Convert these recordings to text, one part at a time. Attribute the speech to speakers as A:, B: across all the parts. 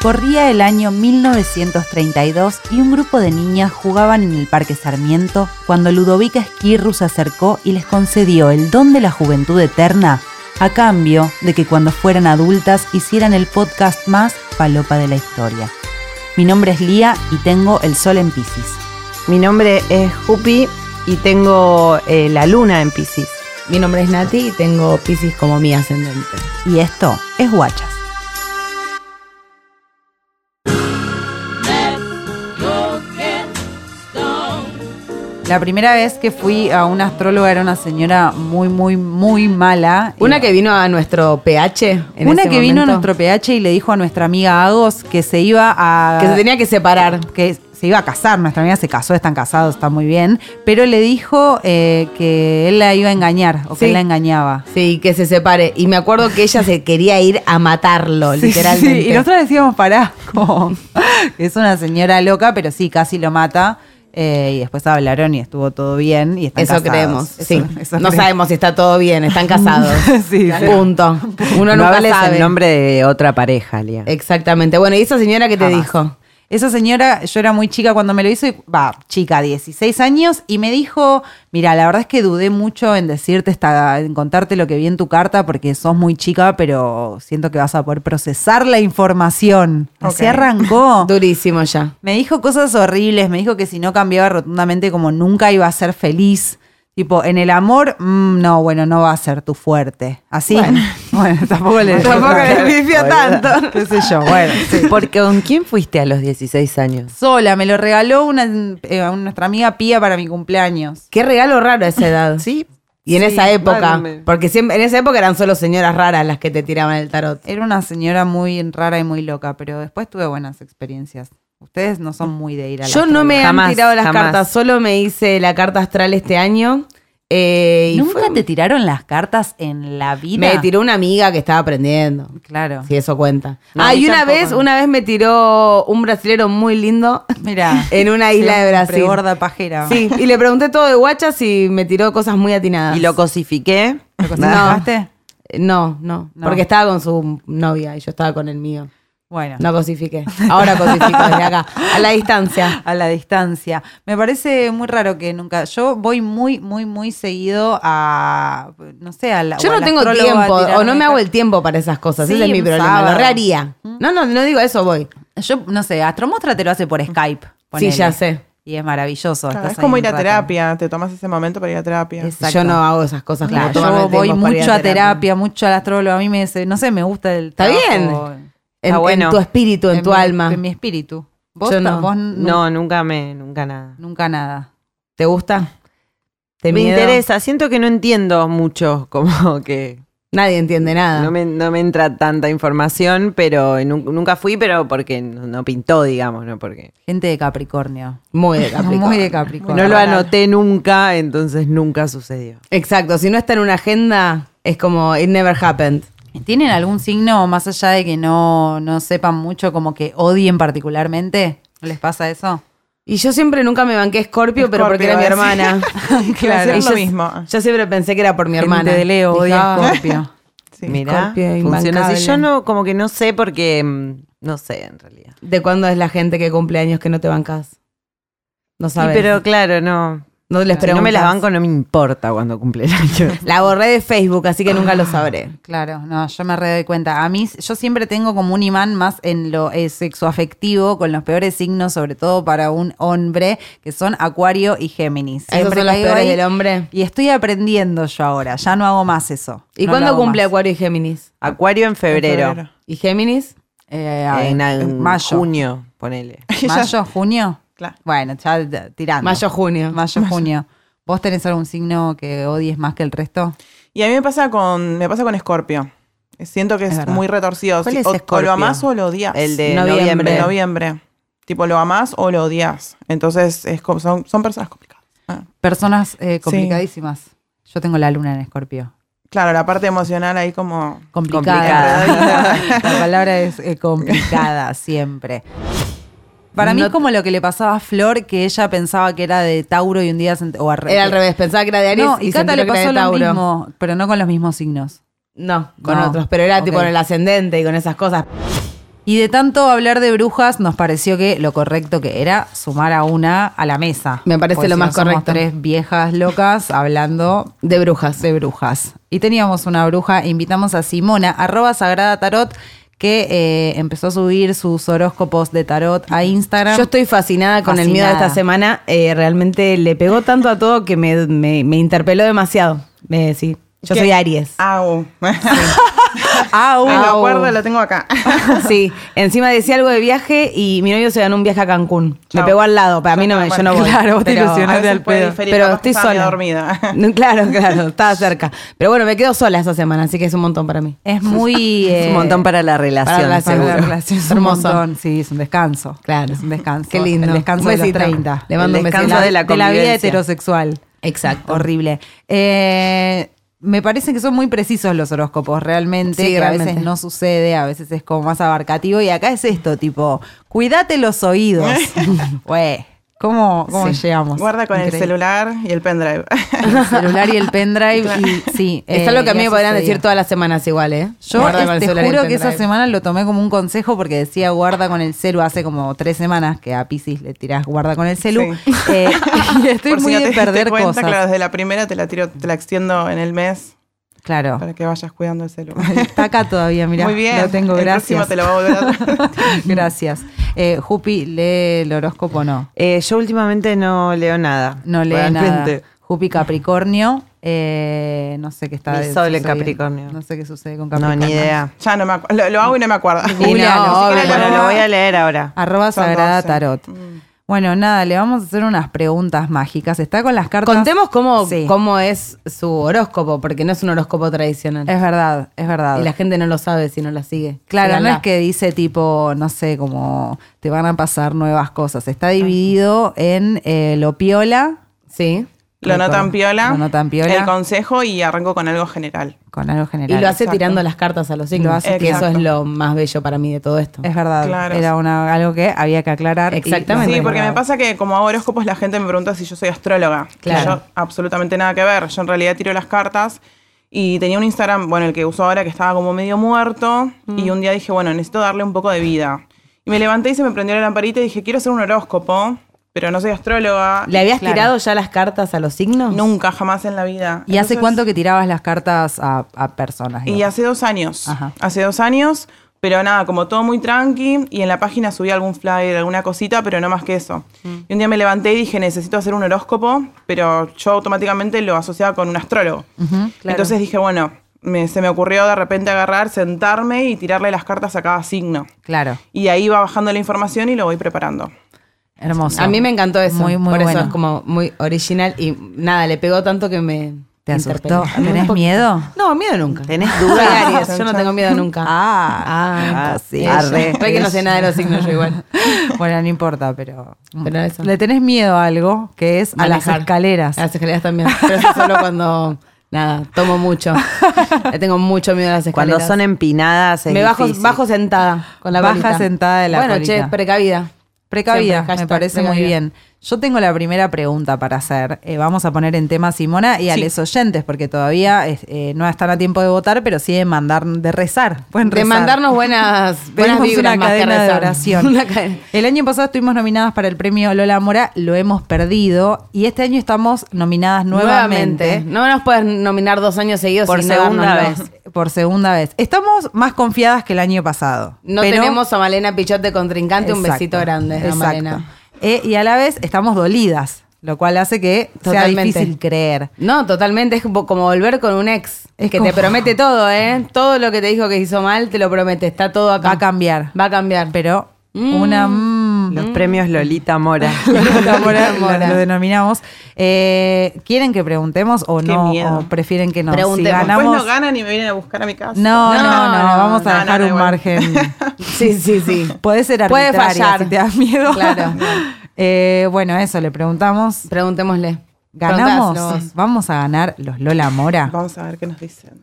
A: Corría el año 1932 y un grupo de niñas jugaban en el Parque Sarmiento cuando Ludovica Esquirru se acercó y les concedió el don de la juventud eterna a cambio de que cuando fueran adultas hicieran el podcast más palopa de la historia. Mi nombre es Lía y tengo el sol en Pisces.
B: Mi nombre es Jupi y tengo eh, la luna en Pisces.
C: Mi nombre es Nati y tengo Pisces como mi ascendente.
A: Y esto es Guachas. La primera vez que fui a una astróloga era una señora muy, muy, muy mala. Eh,
C: Una que vino a nuestro PH. En
A: Una
C: ese
A: que vino a
C: momento,
A: nuestro PH y le dijo a nuestra amiga Agos que se iba a.
C: Que se tenía que separar.
A: que se iba a casar, nuestra amiga se casó, están casados, está muy bien, pero le dijo eh, que él la iba a engañar o que
C: Sí.
A: él la engañaba.
C: Sí, que se separe. Y me acuerdo que ella se quería ir a matarlo, literalmente.
A: Sí, y nosotros decíamos, pará, como, es una señora loca, pero sí, casi lo mata. eh, y después hablaron y estuvo todo bien y están
C: Eso
A: casados.
C: creemos,
A: Eso-
C: sí.
A: eso
C: no
A: creemos.
C: sabemos si está todo bien, están casados.
A: Sí, sí.
C: Punto. Uno
B: no
C: nunca
B: hables
C: sabe.
B: en nombre de otra pareja, Lía.
C: Exactamente. Bueno, ¿y esa señora qué te
A: Jamás.
C: dijo?
A: Esa señora, yo era muy chica cuando me lo hizo, y- va, chica, 16 años, y me dijo, mira, la verdad es que dudé mucho en decirte, esta, en contarte lo que vi en tu carta, porque sos muy chica, pero siento que vas a poder procesar la información. Así arrancó.
C: Durísimo ya.
A: me dijo cosas horribles, me dijo que si no cambiaba rotundamente, como nunca iba a ser feliz. Tipo, en el amor, mm, no, bueno, no va a ser tu fuerte. Así. Bueno, tampoco le
C: Tampoco le pifió
A: pifió
C: tanto.
A: Qué sé yo, bueno, sí.
B: Porque ¿con quién fuiste a los 16 años?
A: Sola, me lo regaló una, eh, a nuestra amiga Pía para mi cumpleaños.
C: Qué regalo raro a esa edad. Sí. Y en
B: Sí,
C: esa época,
B: válgame.
C: porque siempre, en esa época eran solo señoras raras las que te tiraban el tarot.
A: Era una señora muy rara y muy loca, pero después tuve buenas experiencias. Ustedes no son muy de ir a la
C: Yo no me
B: Jamás,
C: han tirado las
B: jamás.
C: cartas, solo me hice la carta astral este año. eh, y
A: ¿Nunca
C: fue-
A: te tiraron las cartas en la vida?
C: me tiró una amiga que estaba aprendiendo.
A: Claro.
C: Si eso cuenta.
B: No, a
C: ah,
B: mí
C: y una
B: tampoco.
C: vez, una vez me tiró un brasilero muy lindo
A: Mira.
C: en una isla de Brasil.
A: gorda pajera.
C: Sí, y le pregunté todo de guachas y me tiró cosas muy atinadas.
B: Y lo cosifiqué.
A: ¿Lo
C: No.
A: cosificaste?
C: No, no,
A: No.
C: Porque estaba con su novia y yo estaba con el mío.
A: Bueno.
C: No cosifiqué. Ahora cosifico desde acá, a la distancia.
A: a la distancia. Me parece muy raro que nunca. Yo voy muy, muy, muy seguido a. No sé, a la.
C: Yo
A: o
C: no
A: al
C: tengo
A: astrólogo a
C: tiempo, o no
A: tirarme
C: me hago
A: cartas.
C: el tiempo para esas cosas.
A: Sí,
C: Ese es mi
A: un
C: problema.
A: sábado. ¿Mm?
C: Lo rearía. No, no, no digo eso, voy.
A: Yo, no sé, Astromostra te lo hace por Skype. ponele.
C: Sí, ya sé.
A: Y es maravilloso.
D: Claro,
A: estás
D: es
A: ahí
D: como
A: un
D: ir a
A: rato.
D: terapia, te tomas ese momento para ir a terapia.
A: Exacto.
C: Yo no hago esas cosas. como
A: Claro,
C: tomarme
A: yo
C: tiempo
A: voy
C: para ir
A: mucho a terapia, mucho al astrólogo. A mí me, se- no sé, me gusta el
C: Está
A: trabajo
C: bien. En,
B: Ah,
C: en
B: bueno.
C: tu espíritu, en, tu
A: mi-
C: alma.
A: En mi espíritu. Vos,
C: Yo
A: ta-
C: no.
A: vos nu-
B: No, nunca me, nunca nada.
A: nunca nada.
C: ¿Te gusta? ¿Te
B: me
C: miedo?
B: interesa, siento que no entiendo mucho, como que
C: Nadie entiende nada.
B: no me, no me entra tanta información, pero nu- nunca fui, pero porque no no pintó, digamos, no porque
A: Gente de Capricornio.
C: Muy de Capricornio.
A: Muy de Capricornio.
B: no lo anoté nunca, entonces nunca sucedió.
C: Exacto, si no está en una agenda, es como it never happened.
A: ¿Tienen algún signo, más allá de que no, no sepan mucho, como que odien particularmente? ¿No les pasa eso?
C: Y yo siempre nunca me banqué Scorpio, pero porque era mi
D: Scorpio, sí.
C: hermana.
D: Claro.
C: Y
D: Es lo
C: yo-
D: mismo.
C: Yo siempre pensé que era por mi hermana.
A: Gente de Leo
C: Dije,
A: odia
C: "Ah".
A: Scorpio.
D: Sí.
B: Mirá,
C: Scorpio
B: funciona así.
C: imbancable.
B: Yo no, como que no sé porque, mm, no sé en realidad.
C: ¿De cuándo es la gente que cumple años que no te bancas? No
B: Sí,
C: sabes.
B: pero claro, no.
C: no les
B: Si no me
C: preguntás.
B: las banco, no me importa cuando cumple el año.
C: La borré de Facebook, así que nunca lo sabré.
A: Claro, no, yo me re doy cuenta. A mí, yo siempre tengo como un imán más en lo eh, sexoafectivo, con los peores signos, sobre todo para un hombre, que son Acuario y Géminis.
C: Esos
A: Siempre
C: son los
A: caigo
C: peores
A: ahí.
C: del hombre.
A: Y estoy aprendiendo yo ahora, ya no hago más eso.
C: ¿Y
A: No lo
C: cuándo
A: hago
C: cumple
A: más.
C: Acuario y Géminis?
B: Acuario en febrero.
D: febrero.
C: ¿Y Géminis?
A: Eh, a ver,
B: en, en
A: mayo.
B: junio, ponele.
A: ¿Mayo, junio?
D: Claro.
A: Bueno, ya eh, tirando.
C: Mayo, junio.
A: Mayo, junio. ¿Vos tenés algún signo que odies más que el resto?
D: Y a mí me pasa con me pasa con Scorpio. Siento que
A: Es
D: es,
A: verdad.
D: muy retorcido.
B: ¿Cuál
D: Si-
B: es
D: o, o
B: Scorpio? Eh.
D: lo amás o lo odias.
B: El de
C: Noviembre.
B: noviembre.
D: de noviembre. Tipo, lo amás o lo odias. Entonces, es como- son, son personas complicadas. Ah.
A: Personas eh, complicadísimas. Yo tengo la luna en escorpio.
D: Claro, la parte emocional ahí como...
A: Complicada. la palabra es eh, complicada siempre. Para mí
C: No-
A: es como lo que le pasaba a Flor, que ella pensaba que era de Tauro y un día se ent- o al revés.
C: Era al revés, pensaba que era de Aries
A: No, y,
C: y, se
A: Cata
C: enteró
A: le
C: que
A: pasó
C: era de
A: lo
C: Tauro.
A: mismo, pero no con los mismos signos.
C: No, con
A: No.
C: otros, pero era
A: Ok.
C: tipo en el ascendente y con esas cosas.
A: Y de tanto hablar de brujas, nos pareció que lo correcto que era sumar a una a la mesa.
C: Me parece
A: Porque
C: lo
A: si
C: más
A: no somos
C: correcto.
A: tres viejas locas hablando
C: De brujas.
A: de brujas. Y teníamos una bruja, invitamos a Simona, arroba Sagrada Tarot, que eh, empezó a subir sus horóscopos de tarot a Instagram.
C: Yo estoy fascinada con el miedo de esta
A: Fascinada.
C: semana. Eh, realmente le pegó tanto a todo que me, me- me interpeló demasiado. Me sí. Yo
D: ¿Qué?
C: soy Aries.
D: Au.
A: Au.
D: Me lo
C: Au.
D: acuerdo, lo tengo acá.
C: Sí, encima decía algo de viaje y mi novio se ganó un viaje a Cancún. Me
D: Chao.
C: pegó al lado, para
D: Ya
C: mí no, me-
D: está,
C: yo no voy.
D: bueno.
A: Claro, vos te
C: pero-
A: ilusionás.
D: a
A: Impresionante
D: veces
A: al
D: puede
A: pedo.
D: diferir,
C: Pero
D: capaz
C: estoy
D: estaba medio
C: sola.
D: dormida.
C: No, Claro, claro, estaba cerca. Pero bueno, me quedo sola esta semana, así que es un montón para mí.
A: Es muy.
B: Es
A: eh,
B: un montón para la relación,
C: para la
A: para la
B: seguro.
A: relación. Es
C: Hermoso.
A: un montón. Sí, es un descanso.
C: Claro.
A: Es un descanso.
C: Qué lindo.
A: El descanso
C: Un
A: de los
C: besito.
A: 30.
C: Le mando
A: El
C: un besito.
A: descanso de
B: De
A: la,
B: la
A: de la vida
B: convivencia.
A: heterosexual.
C: Exacto.
A: Horrible. Eh, me parece que son muy precisos los horóscopos, realmente.
C: Sí,
A: que a
C: realmente.
A: veces no sucede, a veces es como más abarcativo. Y acá es esto, tipo, cuídate los oídos. Güey, ¿cómo, cómo
C: Sí.
A: llegamos?
D: Guarda con el
A: Increíble.
D: celular y el pendrive.
A: El celular y el pendrive. y, sí,
C: Es
A: eh,
C: algo que a mí
A: y
C: me
A: ha
C: podrían
A: sucedido.
C: decir todas las semanas igual, ¿eh?
A: Yo
C: Guarda
A: eh,
C: con el
A: te
C: celular y el
A: juro que esa
C: pendrive.
A: semana lo tomé como un consejo porque decía guarda con el celu hace como tres semanas que a Piscis le tirás guarda con el celu.
D: Sí.
A: Eh, y estoy
D: Por si
A: muy
D: no
A: de
D: te diste
A: perder
D: cuenta,
A: cosas.
D: Claro, desde la primera te la tiro, te la extiendo en el mes
A: Claro.
D: para que vayas cuidando el celular.
A: Está acá todavía, mirá.
D: Muy bien.
A: Lo tengo,
D: el
A: gracias.
D: próximo te lo va a volver a traer.
A: gracias. Eh, Jupi, lee el horóscopo no.
B: Eh, yo últimamente no leo nada.
A: No lee
B: realmente.
A: nada. Jupi Capricornio. eh, no sé qué está.
B: Mi sol en
A: sucediendo.
B: Capricornio.
A: No sé qué sucede con
B: No,
A: Capricornio.
B: ni idea.
D: Ya no me acuerdo. Lo, lo hago y no me acuerdo.
B: Y no,
A: Googlealo, si
B: obvio,
A: querés lo
B: bueno,
A: lees.
B: lo voy a leer ahora.
A: Arroba
D: Son
A: Sagrada
D: 12.
A: Tarot.
D: Mm.
A: Bueno, nada, le vamos a hacer unas preguntas mágicas. Está con las cartas.
C: Contemos cómo,
A: Sí.
C: cómo es su horóscopo, porque no es un horóscopo tradicional.
A: Es verdad, es verdad.
C: Y la gente no lo sabe si no la sigue.
A: Claro, no
C: Síganla.
A: es que dice tipo, no sé, como te van a pasar nuevas cosas. Está dividido en eh, lo piola,
C: Sí.
D: Lo notan piola.
A: Lo notan piola.
D: El consejo y arranco con algo general.
A: con algo
C: Y
A: general.
C: lo hace
D: Exacto.
C: tirando las cartas a los signos.
A: Lo hace
C: que eso es
D: tirando.
C: lo más bello para mí de todo esto.
A: Es verdad,
D: Claro.
A: era una, algo que había que aclarar. y-
C: Exactamente.
D: Sí,
C: Bueno,
D: porque
C: claro.
D: me pasa que como hago horóscopos la gente me pregunta si yo soy astróloga.
C: Claro.
D: Yo absolutamente nada que ver. Yo en realidad tiro las cartas y tenía un Instagram, bueno, el que uso ahora que estaba como medio muerto
A: Mm.
D: y un día dije, bueno, necesito darle un poco de vida. Y me levanté y se me prendió la lamparita y dije, quiero hacer un horóscopo, pero no soy astróloga.
C: ¿Le habías
A: Claro.
C: tirado ya las cartas a los signos?
D: Nunca, jamás en la vida.
A: ¿Y hace
D: Entonces-
A: cuánto que tirabas las cartas a, a personas?
D: Y
A: digamos?
D: hace dos años.
A: Ajá.
D: Hace dos años, pero nada, como todo muy tranqui. Y en la página subí algún flyer, alguna cosita, pero no más que eso.
A: Mm.
D: Y un día me levanté y dije, necesito hacer un horóscopo, pero yo automáticamente lo asociaba con un astrólogo. Entonces dije, bueno, me- se me ocurrió de repente agarrar, sentarme y tirarle las cartas a cada signo.
A: Claro,
D: Y ahí va bajando la información y lo voy preparando.
A: hermoso.
C: A mí me encantó eso.
A: Muy, muy
C: Por
A: bueno.
C: eso es como muy original y nada, le pegó tanto que me.
A: ¿Te asustó?
C: interpeló.
A: ¿Tenés miedo?
C: No, miedo nunca.
B: ¿Tenés
C: Soy
B: dudas?
C: Aries, yo no tengo miedo nunca.
A: Ah,
B: ah,
A: sí.
C: Ella.
B: Arre.
C: Re que no sé nada de los signos yo igual.
A: bueno, no importa, pero...
C: Pero eso.
A: Le tenés miedo a algo, que es a las
C: Manejar.
A: escaleras.
C: A las escaleras también. Pero eso solo cuando. Nada, tomo mucho. Le tengo mucho miedo a las escaleras.
B: Cuando son empinadas, es
C: Me bajo,
B: difícil.
C: bajo sentada con la
A: Baja
C: colita.
A: sentada de la
C: Bueno,
A: colita.
C: che, precavida.
A: Precavida,
C: Siempre,
A: me
C: hashtag
A: parece muy
C: precavida.
A: bien. Yo tengo la primera pregunta para hacer. Eh, vamos a poner en tema a Simona y a
D: Sí.
A: los oyentes, porque todavía es- eh, no están a tiempo de votar, pero sí de mandar, de rezar. Pueden
C: De
A: rezar.
C: mandarnos buenas, buenas
A: Tenemos una
C: vibras más que
A: cadena de
C: rezar.
A: oración.
C: Una cadena.
A: El año pasado estuvimos nominadas para el premio Lola Mora, lo hemos perdido y este año estamos nominadas nuevamente.
C: Nuevamente. No nos puedes nominar dos años seguidos
B: Por
C: sin
B: segunda
C: dárnoslo.
B: vez.
A: Por segunda vez. Estamos más confiadas que el año pasado.
C: No
A: pero-
C: tenemos a Malena Pichot de contrincante, un
A: Exacto,
C: besito grande a
A: exacto.
C: Malena.
A: Eh, y a la vez estamos dolidas, lo cual hace que sea
C: Totalmente.
A: difícil creer.
C: No, totalmente, es como como volver con un ex.
A: Es
C: que
A: como-
C: te promete todo, ¿eh? Todo lo que te dijo que hizo mal, te lo promete. Está todo acá.
A: Va a cambiar.
C: Va a cambiar.
A: Pero una... mm,
B: Los premios Lolita Mora.
A: Lolita Mora,
C: Mora.
A: lo, lo denominamos. Eh, ¿Quieren que preguntemos o
D: Qué
A: no?
D: miedo.
A: ¿O prefieren que no? Si
C: Preguntemos.
D: Después
A: ganamos-
D: no ganan y me vienen a buscar a mi casa.
A: No, no, no,
C: No, no,
A: vamos a
D: no,
A: dejar
D: no,
A: un
D: igual.
A: margen.
C: Sí, sí, sí.
A: Puede ser
C: Puede
A: arbitraria
C: fallar.
A: si te da miedo.
C: Claro.
A: Eh, bueno, eso le preguntamos.
C: Preguntémosle. Preguntáselo
A: ¿Ganamos?
C: vos.
A: ¿Vamos a ganar los Lola Mora?
D: Vamos a ver qué nos dicen.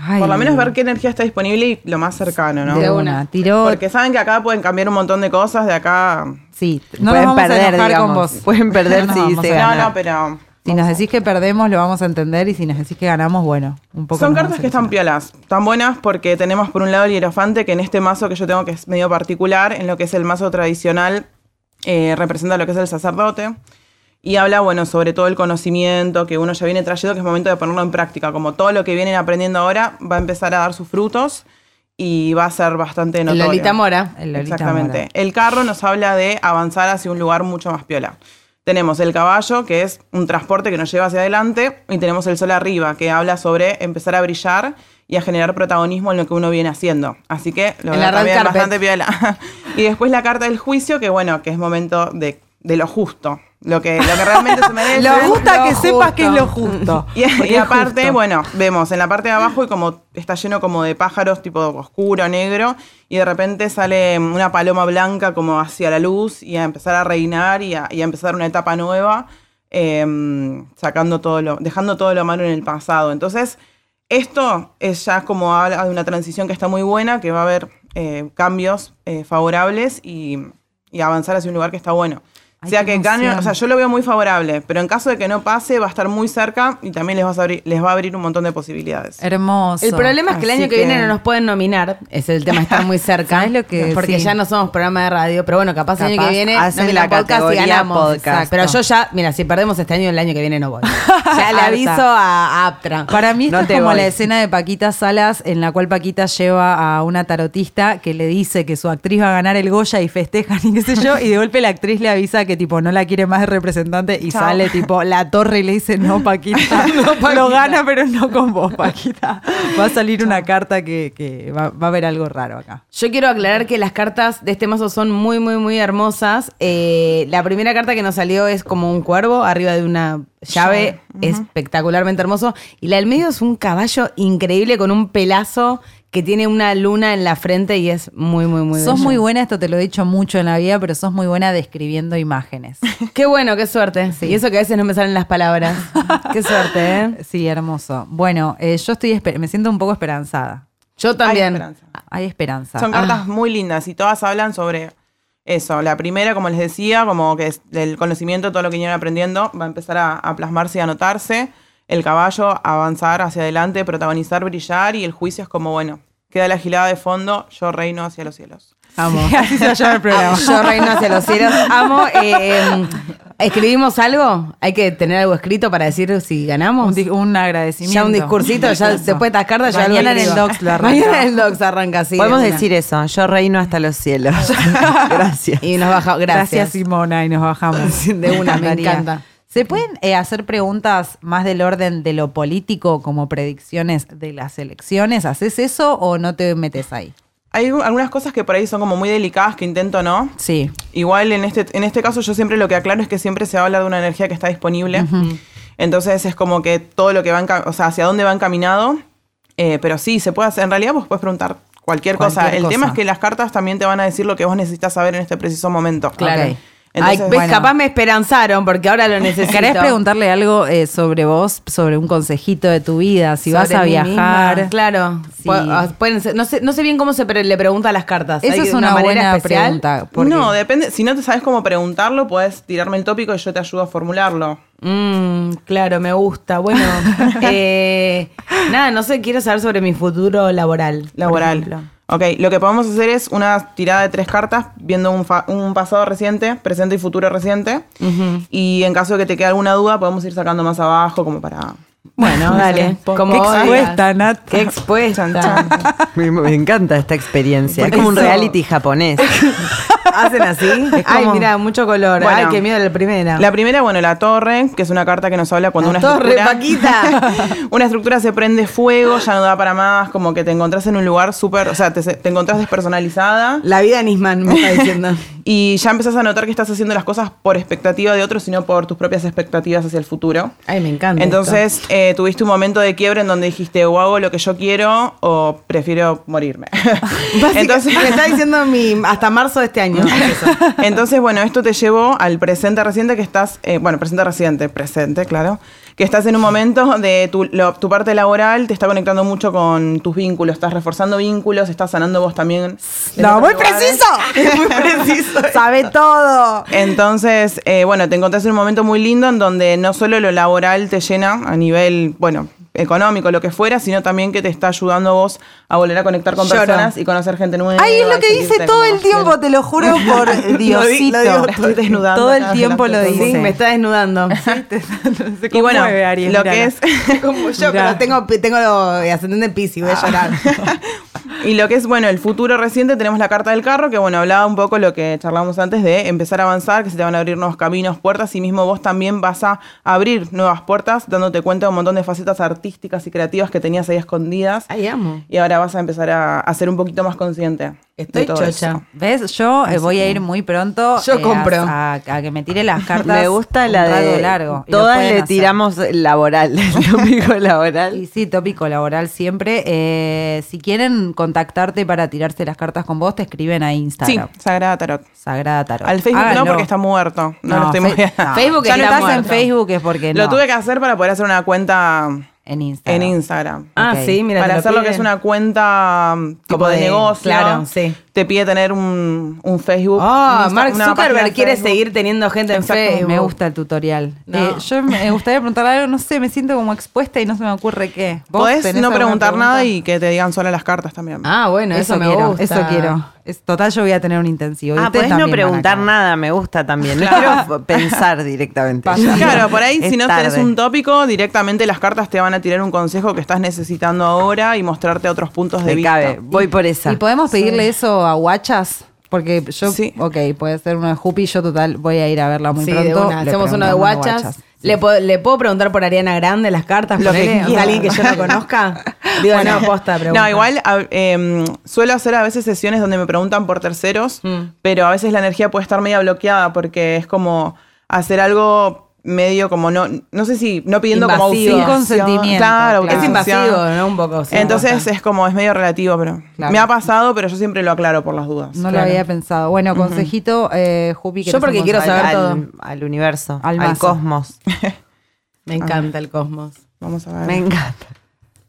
A: Ay,
D: Por lo menos ver qué energía está disponible y lo más cercano, ¿no?
A: De
C: De
A: una.
C: una.
A: Tiró.
D: Porque saben que acá pueden cambiar un montón de cosas de acá.
A: sí, no nos
B: Pueden
A: vamos
B: perder,
A: a enojar
B: digamos.
A: con vos.
B: Pueden perder
A: No nos
B: si
A: vamos a
B: se
A: enojar.
B: gana.
D: No, no, pero
A: Si nos decís que perdemos, lo vamos a entender. Y si nos decís que ganamos, bueno, un poco.
D: Son
A: nos
D: cartas
A: vamos a
D: que están
A: ilusionar.
D: piolas, tan buenas porque tenemos por un lado el hierofante, que en este mazo que yo tengo que es medio particular, en lo que es el mazo tradicional, eh, representa lo que es el sacerdote. Y habla, bueno, sobre todo el conocimiento que uno ya viene trayendo, que es momento de ponerlo en práctica. Como todo lo que vienen aprendiendo ahora va a empezar a dar sus frutos y va a ser bastante
C: El
D: notorio.
C: Lolita Mora.
A: El Lolita
D: Exactamente.
A: Mora.
D: El carro nos habla de avanzar hacia un lugar mucho más piola. Tenemos el caballo, que es un transporte que nos lleva hacia adelante, y tenemos el sol arriba, que habla sobre empezar a brillar y a generar protagonismo en lo que uno viene haciendo. Así que lo
C: En la
D: veo
C: red
D: también
C: carpet.
D: bastante piola. y después la carta del juicio, que bueno, que es momento de, de lo justo, lo que, lo que realmente se merece.
A: Lo gusta
C: Lo
A: que sepas que es lo justo.
C: justo.
D: Y, y
A: Porque es
D: aparte,
A: justo.
D: bueno, vemos en la parte de abajo y como está lleno como de pájaros tipo oscuro, negro, y de repente sale una paloma blanca como hacia la luz y a empezar a reinar y a, y a empezar una etapa nueva, eh, sacando todo lo, dejando todo lo malo en el pasado. Entonces, esto es ya como habla de una transición que está muy buena, que va a haber eh, cambios eh, favorables y, y avanzar hacia un lugar que está bueno.
A: Ay,
D: o sea
A: qué
D: que gane, o sea,
A: emoción.
D: yo lo veo muy favorable, pero en caso de que no pase, va a estar muy cerca y también les va a abrir, les va a abrir un montón de posibilidades.
A: Hermoso.
C: El problema es que el
D: Así
C: año que,
D: que-
C: viene no nos pueden nominar. Es el tema, está muy cerca.
A: ¿Sabes lo que-
C: Porque
A: sí.
C: ya no somos programa de radio, pero bueno, capaz, el año
B: Capaz
C: que viene
B: hacen
C: nominan
B: la categoría podcast.
C: Exacto. Pero yo ya, mira, si perdemos este año, el año que viene no voy. Ya le aviso a Aptra.
A: Para mí esto
B: No
A: es
B: te
A: como
B: voy.
A: la escena de Paquita Salas en la cual Paquita lleva a una tarotista que le dice que su actriz va a ganar el Goya y festejan y qué sé yo, y de golpe la actriz le avisa que tipo no la quiere más de representante y
D: Chao.
A: sale tipo la torre y le dice no Paquita, lo gana pero no con vos Paquita. Va a salir una carta que, que va, va a haber algo raro acá.
C: Yo quiero aclarar que las cartas de este mazo son muy, muy, muy hermosas. Eh, la primera carta que nos salió es como un cuervo arriba de una llave, espectacularmente hermoso. Y la del medio es un caballo increíble con un pelazo que tiene una luna en la frente y es muy, muy, muy
A: sos
C: bello.
A: muy buena, esto te lo he dicho mucho en la vida, pero sos muy buena describiendo imágenes.
C: Qué bueno, qué suerte. Y eso que a veces no me salen las palabras. qué suerte, ¿eh?
A: Sí, hermoso. Bueno, eh, yo estoy esper- me siento un poco esperanzada.
C: Yo también.
D: esperanza.
A: Hay esperanza. Ah,
D: Son cartas muy lindas y todas hablan sobre eso. La primera, como les decía, como que es del conocimiento, todo lo que vinieron aprendiendo, va a empezar a, a plasmarse y a anotarse. El caballo, avanzar hacia adelante, protagonizar, brillar y el juicio es como, bueno, queda la gilada de fondo, yo reino hacia los cielos.
A: Vamos. Ah, así se llama el
C: Amo,
A: programa.
C: Ah, Yo reino hacia los cielos. Amo. eh, em, ¿Escribimos algo? ¿Hay que tener algo escrito para decir si ganamos?
A: Un, di- un agradecimiento.
C: Ya un discursito, ya
A: Eso.
C: después de estas cartas ya
A: Mañana en
C: algo
A: el
C: escribo.
A: Docs lo arranca.
C: Mañana en el Docs arranca, sí.
B: Podemos
C: de una.
B: decir eso, yo reino hasta los cielos. Gracias.
C: Y nos baja,
A: Gracias.
C: gracias.
A: Simona, y nos bajamos.
C: De una, me
A: Daría.
C: encanta.
A: ¿Se pueden eh, hacer preguntas más del orden de lo político como predicciones de las elecciones? ¿Haces eso o no te metes ahí?
D: Hay algunas cosas que por ahí son como muy delicadas que intento no.
A: Sí.
D: Igual en este, en este caso yo siempre lo que aclaro es que siempre se va a hablar de una energía que está disponible.
C: Mm.
D: Entonces es como que todo lo que va, enca- o sea, hacia dónde va encaminado. Eh, pero sí, se puede hacer. En realidad vos puedes preguntar cualquier, cosa.
A: Cualquier
D: El tema
A: cosa.
D: es que las cartas también te van a decir lo que vos necesitas saber en este preciso momento.
A: Claro.
D: Ok.
C: Ay,
D: Entonces,
C: ves,
D: bueno,
C: capaz me esperanzaron porque ahora lo necesito.
A: ¿Querés preguntarle algo eh, sobre vos, sobre un consejito de tu vida? Si vas
C: Sobre
A: a
C: mí
A: viajar.
C: misma. Claro.
A: Sí.
C: Pu- ah, pueden ser- no, sé, no sé bien cómo se pre- le pregunta a las cartas.
A: Esa
C: ¿Hay
A: es una,
C: manera
A: buena
C: especial?
A: pregunta. porque-
D: no, depende. Si no te sabes cómo preguntarlo, puedes tirarme el tópico y yo te ayudo a formularlo.
C: Mm, claro, me gusta. Bueno, eh, nada, no sé, quiero saber sobre mi futuro laboral. por ejemplo.
D: laboral. Ok, lo que podemos hacer es una tirada de tres cartas viendo un, fa- un pasado reciente, presente y futuro reciente. Y en caso de que te quede alguna duda, podemos ir sacando más abajo como para...
C: Bueno, dale. Como
A: Qué
C: vos digas.
A: expuesta, Nat.
C: Qué expuesta.
B: Me, me encanta esta experiencia. Es como un
C: Eso-
B: reality japonés.
C: ¿Hacen así? Ay,
B: como-
C: mira, mucho color.
D: Bueno.
C: Ay, qué miedo la primera.
D: La primera, bueno, la torre, que es una carta que nos habla cuando
C: La
D: una
C: torre,
D: estructura...
C: Paquita.
D: una estructura se prende fuego, ya no da para más, como que te encontrás en un lugar súper... O sea, te, te encontrás despersonalizada.
C: La vida de Nisman me está diciendo.
D: Y ya empezás a notar que estás haciendo las cosas por expectativa de otros, sino por tus propias expectativas hacia el futuro.
C: Ay, me encanta.
D: Entonces, eh, tuviste un momento de quiebre en donde dijiste, o hago lo que yo quiero o prefiero morirme.
C: Entonces,
D: Entonces,
C: me está diciendo mi hasta marzo de este año.
D: años. Entonces, bueno, esto te llevó al presente reciente que estás, eh, bueno, presente reciente, presente, claro, que estás en un momento de tu, lo- tu parte laboral, te está conectando mucho con tus vínculos, estás reforzando vínculos, estás sanando vos también. en
A: No,
D: otros
A: muy
D: lugares.
A: preciso.
D: muy preciso.
A: Sabe todo.
D: Entonces, eh, bueno, te encontrás en un momento muy lindo en donde no solo lo laboral te llena a nivel, bueno, económico, lo que fuera, sino también que te está ayudando vos a volver a conectar con
C: Lloro.
D: personas y conocer gente nueva.
A: Ahí es lo
D: y
A: que dice
D: sentirte
A: todo
D: como
A: el tiempo, te lo juro por
D: Lo di-
A: Diosito.
D: lo digo, la estoy desnudando
A: Todo el
D: acá
A: tiempo lo
D: delante de todo
C: Sí,
D: el
A: dice.
C: me está desnudando.
D: Y bueno, lo que es...
C: Como yo,
A: Mirá.
C: pero tengo, tengo ascendente en Piscis, voy a
B: Ah.
C: llorar.
D: Y lo que es, bueno, el futuro reciente, tenemos la carta del carro, que bueno, hablaba un poco lo que charlamos antes de empezar a avanzar, que se te van a abrir nuevos caminos, puertas, y mismo vos también vas a abrir nuevas puertas, dándote cuenta de un montón de facetas artísticas y creativas que tenías ahí escondidas.
C: Ay, amo.
D: Y ahora vas a empezar a, a ser un poquito más consciente. de
C: Estoy
D: todo
C: chocha.
D: eso.
A: ¿Ves? Yo eh, voy a ir muy pronto
C: Yo
A: eh, a-
C: compro.
A: A, a que me tire las cartas.
B: Me gusta
A: un
B: la
A: rato
B: de.
A: largo. Y lo
B: Todas
A: pueden
B: le
A: hacer.
B: tiramos laboral, el domingo laboral.
A: Y sí, tópico laboral siempre. Eh, si quieren contactarte para tirarse las cartas con vos, te escriben a
D: Sí,
A: Instagram.
D: Sagrada Tarot.
A: Sagrada Tarot.
D: Al Facebook
A: Háganlo.
D: no, porque está muerto. No, lo estoy
A: Fe-
D: moviendo.
A: no.
C: Facebook
A: ya no
C: está
A: estás en
C: muerto.
A: Facebook es porque no.
D: Lo tuve que hacer para poder hacer una cuenta
A: en Instagram.
D: en Instagram.
C: Ah,
A: Ok.
C: sí, mira. te
D: para hacer lo que
C: piden.
D: es una cuenta mm,
C: Tipo
D: tipo de,
C: de-
D: negocio.
C: claro, sí.
D: Te pide tener un, un Facebook.
C: Ah,
D: un Insta-
C: Mark
D: una página
C: Zuckerberg
D: de
C: quiere
D: Facebook.
C: seguir teniendo gente en
D: Exacto.
C: Facebook.
A: Me gusta el tutorial.
C: No.
A: Eh, yo me gustaría preguntar algo, no sé, me siento como expuesta y no se me ocurre qué. ¿Vos
D: Podés
A: tenés
D: no
A: alguna
D: preguntar
A: pregunta?
D: nada y que te digan solo las cartas también.
C: Ah, bueno, eso, me
A: quiero,
C: gusta.
A: eso quiero. Es, total, yo voy a tener un intensivo. y
B: Ah,
A: ustedes
B: podés no
A: también van a
B: preguntar
A: querer.
B: nada, me gusta también. No quiero pensar directamente.
A: Pasa.
D: Claro, por ahí
B: Es
D: si no tenés
B: tarde.
D: un tópico, directamente las cartas te van a tirar un consejo que estás necesitando ahora y mostrarte otros puntos de
B: Me
D: vista.
B: cabe, voy por esa.
A: ¿Y podemos pedirle eso a Guachas? Porque yo,
D: Sí.
A: ok, puede ser uno de Jupi, yo total voy a ir a verla muy
C: Sí,
A: pronto.
C: de una.
A: le
C: Hacemos uno de
A: preguntamos
C: guachas.
A: Sí.
C: ¿Le, puedo, le puedo preguntar por Ariana Grande las cartas?
D: Lo que
C: ponele? O sea,
D: quiera.
C: alguien que yo no conozca. Digo, no, posta, pregunta.
D: No, igual a- em, suelo hacer a veces sesiones donde me preguntan por terceros,
C: Mm.
D: pero a veces la energía puede estar media bloqueada porque es como hacer algo medio como no, no sé si, no pidiendo
C: Invasivo.
D: como
A: Sin
D: autorización.
A: consentimiento,
D: Claro,
A: claro.
C: Es
D: autorización.
C: invasivo, ¿no? Un poco. sí,
D: Entonces
C: posta.
D: es como, es medio relativo, pero
A: Claro.
D: me ha pasado, pero yo siempre lo aclaro por las dudas.
A: No lo
C: Claro.
A: había pensado. Bueno, consejito, eh, Jupi.
C: Yo
A: ¿querés
C: porque
A: un
C: quiero
A: consejo?
C: saber
B: al,
C: todo.
B: al- al universo,
A: Al
B: al,
A: mazo.
B: cosmos.
C: Me encanta el cosmos.
D: Vamos a ver.
B: Me encanta.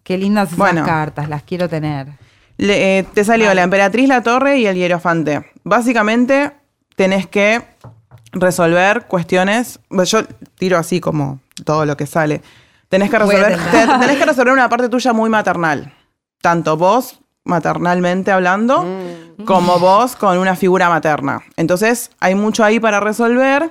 A: Qué lindas esas
D: Bueno.
A: cartas, las quiero tener.
D: Le- eh, te salió la emperatriz, la torre y el hierofante. Básicamente tenés que resolver cuestiones. bueno, Yo tiro así como todo lo que sale. Tenés que
C: Voy a
D: resolver, te- tenés que resolver una parte tuya muy maternal. Tanto vos, maternalmente hablando, como vos con una figura materna. Entonces, hay mucho ahí para resolver.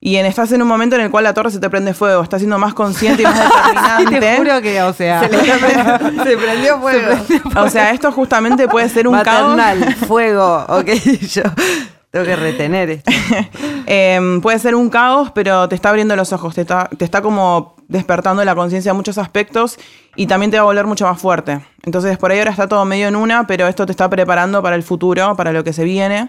D: Y en, estás en un momento en el cual la torre se te prende fuego. Estás siendo más consciente y más determinante.
A: Te juro que, o sea,
C: Se prendió fuego.
D: O sea, esto justamente puede ser un caos.
B: Maternal, fuego. Ok, yo tengo que retener esto.
D: Eh, puede ser un caos, pero te está abriendo los ojos, te está, te está como despertando la conciencia en muchos aspectos y también te va a volver mucho más fuerte. Entonces, por ahí ahora está todo medio en una, pero esto te está preparando para el futuro, para lo que se viene.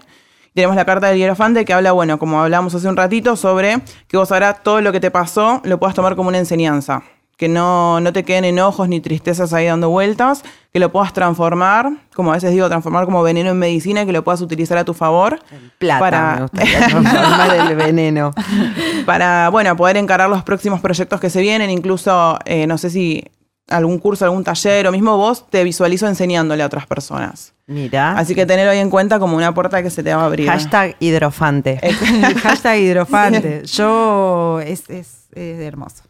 D: Tenemos la carta del hierofante que habla, bueno, como hablábamos hace un ratito, sobre que vos ahora todo lo que te pasó lo puedas tomar como una enseñanza. Que no, no te queden enojos ni tristezas ahí dando vueltas, que lo puedas transformar, como a veces digo, transformar como veneno en medicina y que lo puedas utilizar a tu favor.
C: Ah,
B: Plata,
D: Para-
B: me gustaría transformar el veneno.
D: para bueno, poder encarar los próximos proyectos que se vienen, incluso eh, no sé si algún curso, algún taller o mismo vos te visualizo enseñándole a otras personas.
B: Mira.
D: Así que tenerlo ahí en cuenta como una puerta que se te va a abrir.
B: Ah, Hashtag hidrofante.
A: hashtag hidrofante. Yo, es, es, es hermoso.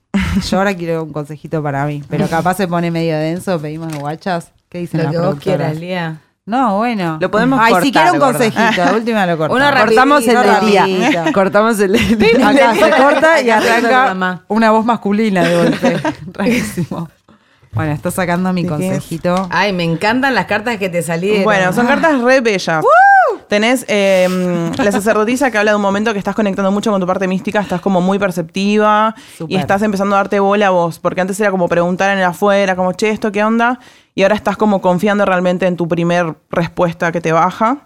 A: Yo ahora quiero un consejito para mí, pero capaz se pone medio denso, pedimos guachas. ¿Qué dicen
C: Lo
A: las
C: que vos
A: productoras?
C: quieras, Lía.
A: No, bueno.
B: Lo podemos
A: Ay, si
B: cortar,
A: quiero un
B: gorda.
A: consejito, de última lo cortamos.
C: Uno
B: Cortamos el
C: rapidito,
B: del día.
A: rapidito.
B: Cortamos el del día.
A: Acá se corta y
C: Acá se corta,
A: arranca
C: mamá.
A: una voz masculina de golpe. Rarísimo. Bueno, está sacando mi consejito.
C: Ay, me encantan las cartas que te salieron.
D: Bueno, son cartas re bellas. Tenés eh, mm, la sacerdotisa que habla de un momento que estás conectando mucho con tu parte mística, estás como muy perceptiva
A: Súper.
D: y estás empezando a darte bola a vos, porque antes era como preguntar en el afuera, como, che, ¿esto qué onda? Y ahora estás como confiando realmente en tu primer respuesta que te baja.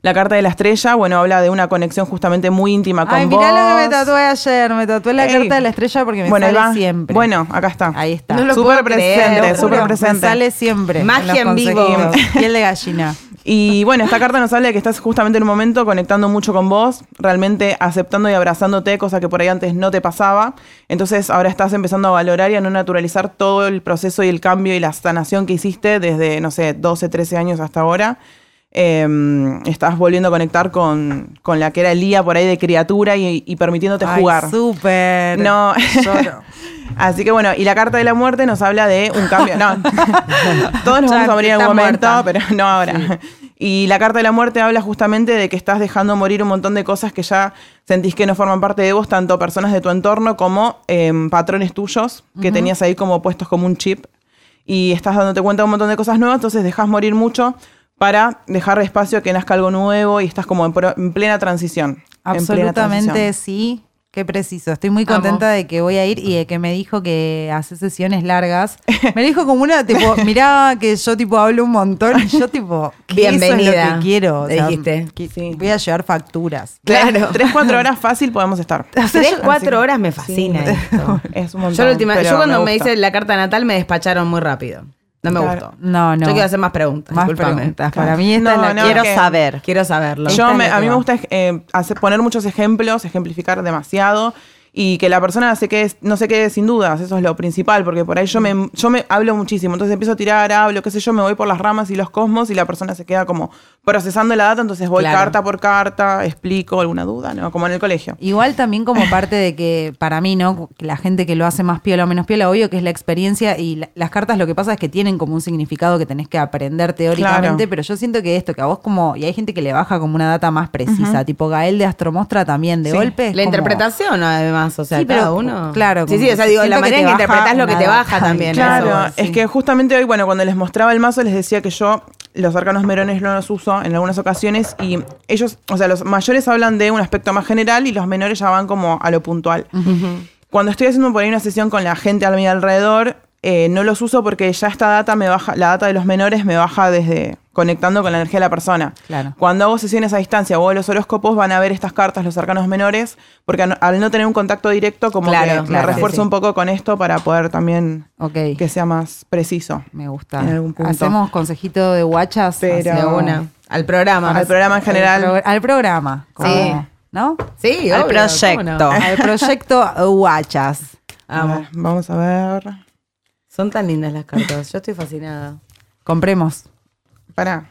D: La carta de la estrella, bueno, habla de una conexión justamente muy íntima con
A: Ay,
D: vos.
A: mirá lo que me tatué ayer. Me tatué la
D: Ey.
A: carta de la estrella porque me
D: Bueno, ahí
A: sale
D: va.
A: siempre.
D: Bueno, acá está.
A: Ahí está.
C: No lo puedo
D: Súper
C: creer,
D: presente,
A: Te
C: lo
A: juro,
D: súper
A: me
D: presente.
A: sale siempre.
C: Magia
A: los
C: en vivo.
A: consejitos. Piel de gallina.
D: Y bueno, esta carta nos habla de que estás justamente en un momento conectando mucho con vos, realmente aceptando y abrazándote, cosa que por ahí antes no te pasaba. Entonces ahora estás empezando a valorar y a no naturalizar todo el proceso y el cambio y la sanación que hiciste desde, no sé, 12, 13 años hasta ahora. Eh, estás volviendo a conectar con, con la que era Elía por ahí de criatura y, y permitiéndote
B: Ay,
D: jugar.
B: Súper.
D: No.
B: Lloro.
D: Así que bueno, y la carta de la muerte nos habla de un cambio. No, todos nos
C: Ya
D: vamos a morir en
C: está
D: algún momento,
C: muerta.
D: pero no ahora. Y la carta de la muerte habla justamente de que estás dejando morir un montón de cosas que ya sentís que no forman parte de vos, tanto personas de tu entorno como eh, patrones tuyos que tenías ahí como puestos como un chip. Y estás dándote cuenta de un montón de cosas nuevas, entonces dejas morir mucho para dejar espacio a que nazca algo nuevo y estás como en, pro- en plena transición. en plena
A: Absolutamente
D: transición.
A: sí. Qué preciso. Estoy muy contenta de que voy a ir y de que me dijo que hace sesiones largas. Me dijo como una, tipo, mirá que yo tipo hablo un montón y yo tipo, que Eso es lo
C: Bienvenida,
A: que quiero.
C: le dijiste.
A: que-
D: Sí.
A: Voy a llevar facturas.
D: Claro. Tres, cuatro horas fácil podemos estar.
C: Tres, cuatro horas me fascina esto.
D: Es un montón.
C: Yo, la última-
D: pero
C: yo cuando me,
D: gusta.
C: hice la carta natal me despacharon muy rápido. No me
D: Claro.
C: gustó.
A: No, no.
C: Yo quiero hacer más preguntas.
A: Más
C: discúlpame.
A: preguntas. Para mí esta
D: No,
A: es la
D: no,
A: que-
B: Quiero
D: que-
B: saber.
C: Quiero saberlo.
D: Yo me-
A: es la
D: a
A: que
D: mí me
A: va.
D: gusta eh, hacer, poner muchos ejemplos, ejemplificar demasiado y que la persona se quede, no se quede sin dudas. Eso es lo principal, porque por ahí yo me, yo me hablo muchísimo. Entonces empiezo a tirar, hablo, qué sé yo, me voy por las ramas y los cosmos y la persona se queda como procesando la data. Entonces voy
C: Claro.
D: carta por carta, explico alguna duda, ¿no? Como en el colegio.
A: Igual también como parte de que, para mí, ¿no? Que La gente que lo hace más piola o menos piola, obvio que es la experiencia y la- las cartas lo que pasa es que tienen como un significado que tenés que aprender teóricamente,
D: Claro.
A: pero yo siento que esto, que a vos como, y hay gente que le baja como una data más precisa, tipo Gael de Astromostra también, de
D: Sí.
A: golpe. es
C: La
A: como-
C: interpretación, además, o sea,
A: Sí, pero,
C: cada uno.
A: claro,
C: Sí, sí,
A: como
C: o sea, digo,
A: siento
C: la
A: que
C: manera en
A: te
C: que
A: baja
C: interpretás lo que
A: una
C: te
A: data.
C: baja también.
D: Claro,
C: eso,
D: es
C: sí.
D: que justamente hoy, bueno, cuando les mostraba el mazo, les decía que yo los arcanos menores no los uso en algunas ocasiones y ellos, o sea, los mayores hablan de un aspecto más general y los menores ya van como a lo puntual. Cuando estoy haciendo por ahí una sesión con la gente a mi alrededor, eh, no los uso porque ya esta data me baja, la data de los menores me baja desde conectando con la energía de la persona.
A: Claro.
D: Cuando hago sesiones a distancia o los horóscopos van a ver estas cartas, los arcanos menores, porque al no- al no tener un contacto directo, como
C: Claro,
D: que me
C: claro, sí,
D: refuerzo
C: sí.
D: un poco con esto para poder también
A: Ok.
D: que sea más preciso.
A: Me gusta.
D: En algún punto.
A: Hacemos consejito de guachas.
D: Pero-
A: hacia
C: De una. Al programa.
D: Al programa en
A: Al,
D: general.
A: pro- al programa. como-
C: Sí.
A: ¿No?
C: Sí,
B: Al
C: obvio, ¿cómo no?
B: proyecto.
A: Al proyecto eh, guachas.
C: Amo.
D: A ver, Vamos a ver.
C: Son tan lindas las cartas. Yo estoy fascinada.
A: Compremos.
D: Pará.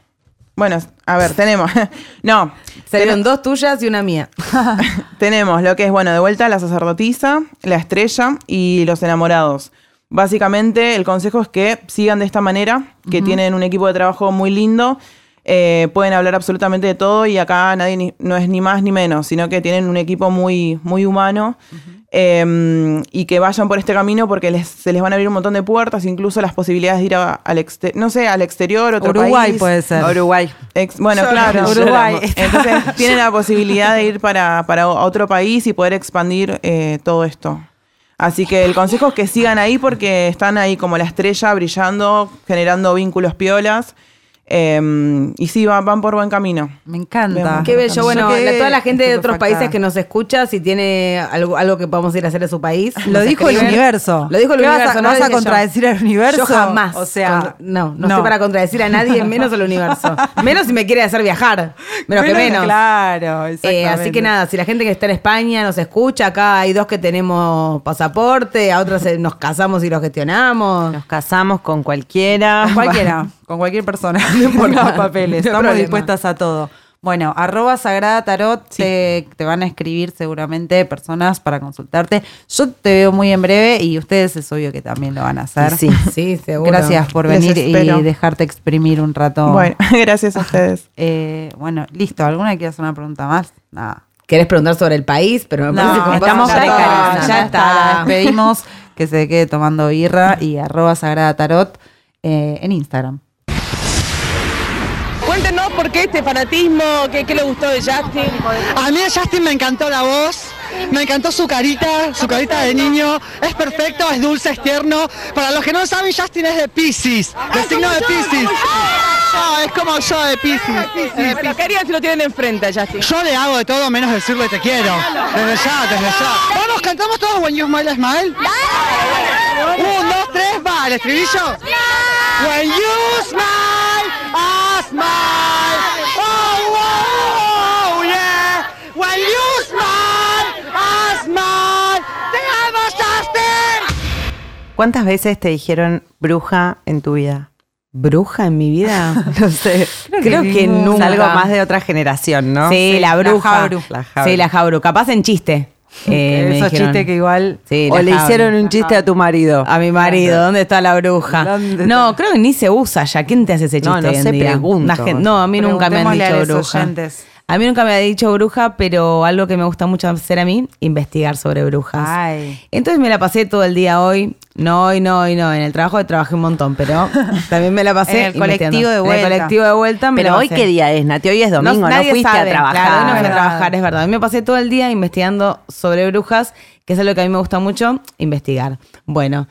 D: Bueno, a ver, tenemos. no.
C: Salieron
D: ten-
C: dos tuyas y una mía.
D: Tenemos lo que es, bueno, de vuelta la sacerdotisa, la estrella y los enamorados. Básicamente, el consejo es que sigan de esta manera, que tienen un equipo de trabajo muy lindo, eh, pueden hablar absolutamente de todo y acá nadie ni- no es ni más ni menos, sino que tienen un equipo muy, muy humano eh, y que vayan por este camino porque les- se les van a abrir un montón de puertas, incluso las posibilidades de ir a- al, exte- no sé, al exterior, otro
A: Uruguay
D: país.
A: puede ser.
B: Uruguay.
D: Ex- bueno, claro,
A: Uruguay.
D: Entonces tiene la posibilidad de ir para, para o- otro país y poder expandir eh, todo esto. Así que el consejo es que sigan ahí porque están ahí como la estrella brillando, generando vínculos piolas. eh, y sí, van, van por buen camino.
A: Me encanta.
D: Vemos.
C: Qué bello.
D: Yo
C: Bueno,
A: quedé
C: la- toda la gente de otros
A: estupefacta.
C: países que nos escucha, si tiene algo, algo que podamos ir a hacer a su país.
A: Lo
C: nos
A: dijo el
C: escriben.
A: universo.
C: Lo dijo el
A: ¿Qué vas a- no
C: universo. no
A: vas
C: lo
A: a
C: dije yo.
A: contradecir al universo?
C: Yo jamás.
A: O sea,
C: Con- no, no,
A: no.
C: estoy para contradecir a nadie, menos al universo. Menos si me quiere hacer viajar. Menos que menos.
A: Claro,
C: Eh,
A: exactamente.
C: así que nada, si la gente que está en España nos escucha, acá hay dos que tenemos pasaporte, a otros eh, nos casamos y los gestionamos.
B: Nos casamos con cualquiera.
A: Con cualquiera, con cualquier persona, no importa los papeles,
C: No
A: estamos
C: problema.
A: dispuestas a todo. Bueno, arroba Sagrada Tarot, te, te van a escribir seguramente personas para consultarte. Yo te veo muy en breve y ustedes es obvio que también lo van a hacer.
B: Sí.
C: Sí, seguro.
A: Gracias por
D: Les
A: venir y
D: espero.
A: dejarte exprimir un rato.
D: Bueno, gracias a ustedes.
A: Eh, bueno, listo. ¿Alguna quiere hacer una pregunta más? Nada.
C: ¿Querés preguntar sobre el país? Pero me
A: No,
C: parece que
B: estamos
C: ya
B: precarizando.
C: está,
A: Ya
C: ya
A: está. La
C: está.
A: despedimos. Que se quede tomando birra y arroba Sagrada Tarot eh, en Instagram.
E: Cuéntenos por qué este fanatismo, qué, qué le gustó de Justin.
F: A mí de Justin me encantó la voz, me encantó su carita, su carita de niño. Es perfecto, es dulce, es tierno. Para los que no saben, Justin es de Pisces, del signo de Pisces. Yo, es como yo de
E: Eh,
F: Pisces.
E: pero ¿qué harían si lo tienen enfrente a Justin?
F: Yo le hago de todo menos decirle te quiero. Desde ya, desde ya. Vamos, cantamos todos When You Smile, Smile. Un, dos, tres, va, el estribillo. When you smile, Oh, I smile.
B: ¿Cuántas veces te dijeron bruja en tu vida?
C: ¿Bruja en mi vida?
B: No sé.
C: Creo que ninguna.
B: Es algo más de otra generación, ¿no?
C: Sí, la bruja.
B: jabru. La jabru.
C: Sí, la jabru. Capaz en chiste. Eh, me
G: Esos
C: dijeron.
G: chistes que igual.
C: Sí,
B: o
C: la
B: le
C: jabru.
B: hicieron un chiste a tu marido.
C: A mi marido, ¿dónde está la bruja?
B: ¿Dónde
C: No, creo que ni se usa ya. ¿Quién te hace ese chiste?
B: No, no
C: hoy en
B: sé,
C: día?
B: pregunto.
C: La gen- no, a mí nunca me han
G: Preguntémosle a
C: dicho
G: los
C: bruja.
G: oyentes.
C: A mí nunca me ha dicho bruja, pero algo que me gusta mucho hacer a mí, investigar sobre brujas.
B: Ah,
G: Ay.
C: Entonces me la pasé todo el día hoy. No, hoy no, hoy no. En el trabajo trabajé un montón, pero también me la pasé.
G: En el
C: investigando.
G: colectivo de
C: En
G: vuelta.
C: el colectivo de vuelta me
B: Pero
C: la
B: hoy
C: pasé.
B: qué día es, Nati, hoy es domingo, no,
C: nadie
B: fuiste
C: sabe,
B: a trabajar.
C: Claro, hoy no fui a
G: ¿verdad?
C: trabajar, es verdad. Hoy me pasé todo el día investigando sobre brujas, que es algo que a mí me gusta mucho, investigar. Bueno,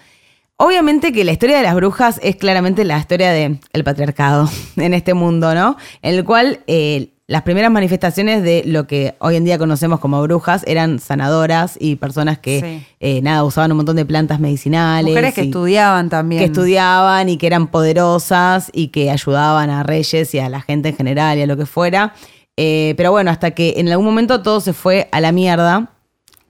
C: obviamente que la historia de las brujas es claramente la historia del patriarcado en este mundo, ¿no? En el cual eh, las primeras manifestaciones de lo que hoy en día conocemos como brujas eran sanadoras y personas que,
G: Sí.
C: eh, nada, usaban un montón de plantas medicinales.
G: Mujeres que
C: y-
G: estudiaban también.
C: que estudiaban y que eran poderosas y que ayudaban a reyes y a la gente en general y a lo que fuera. Eh, pero bueno, hasta que en algún momento todo se fue a la mierda.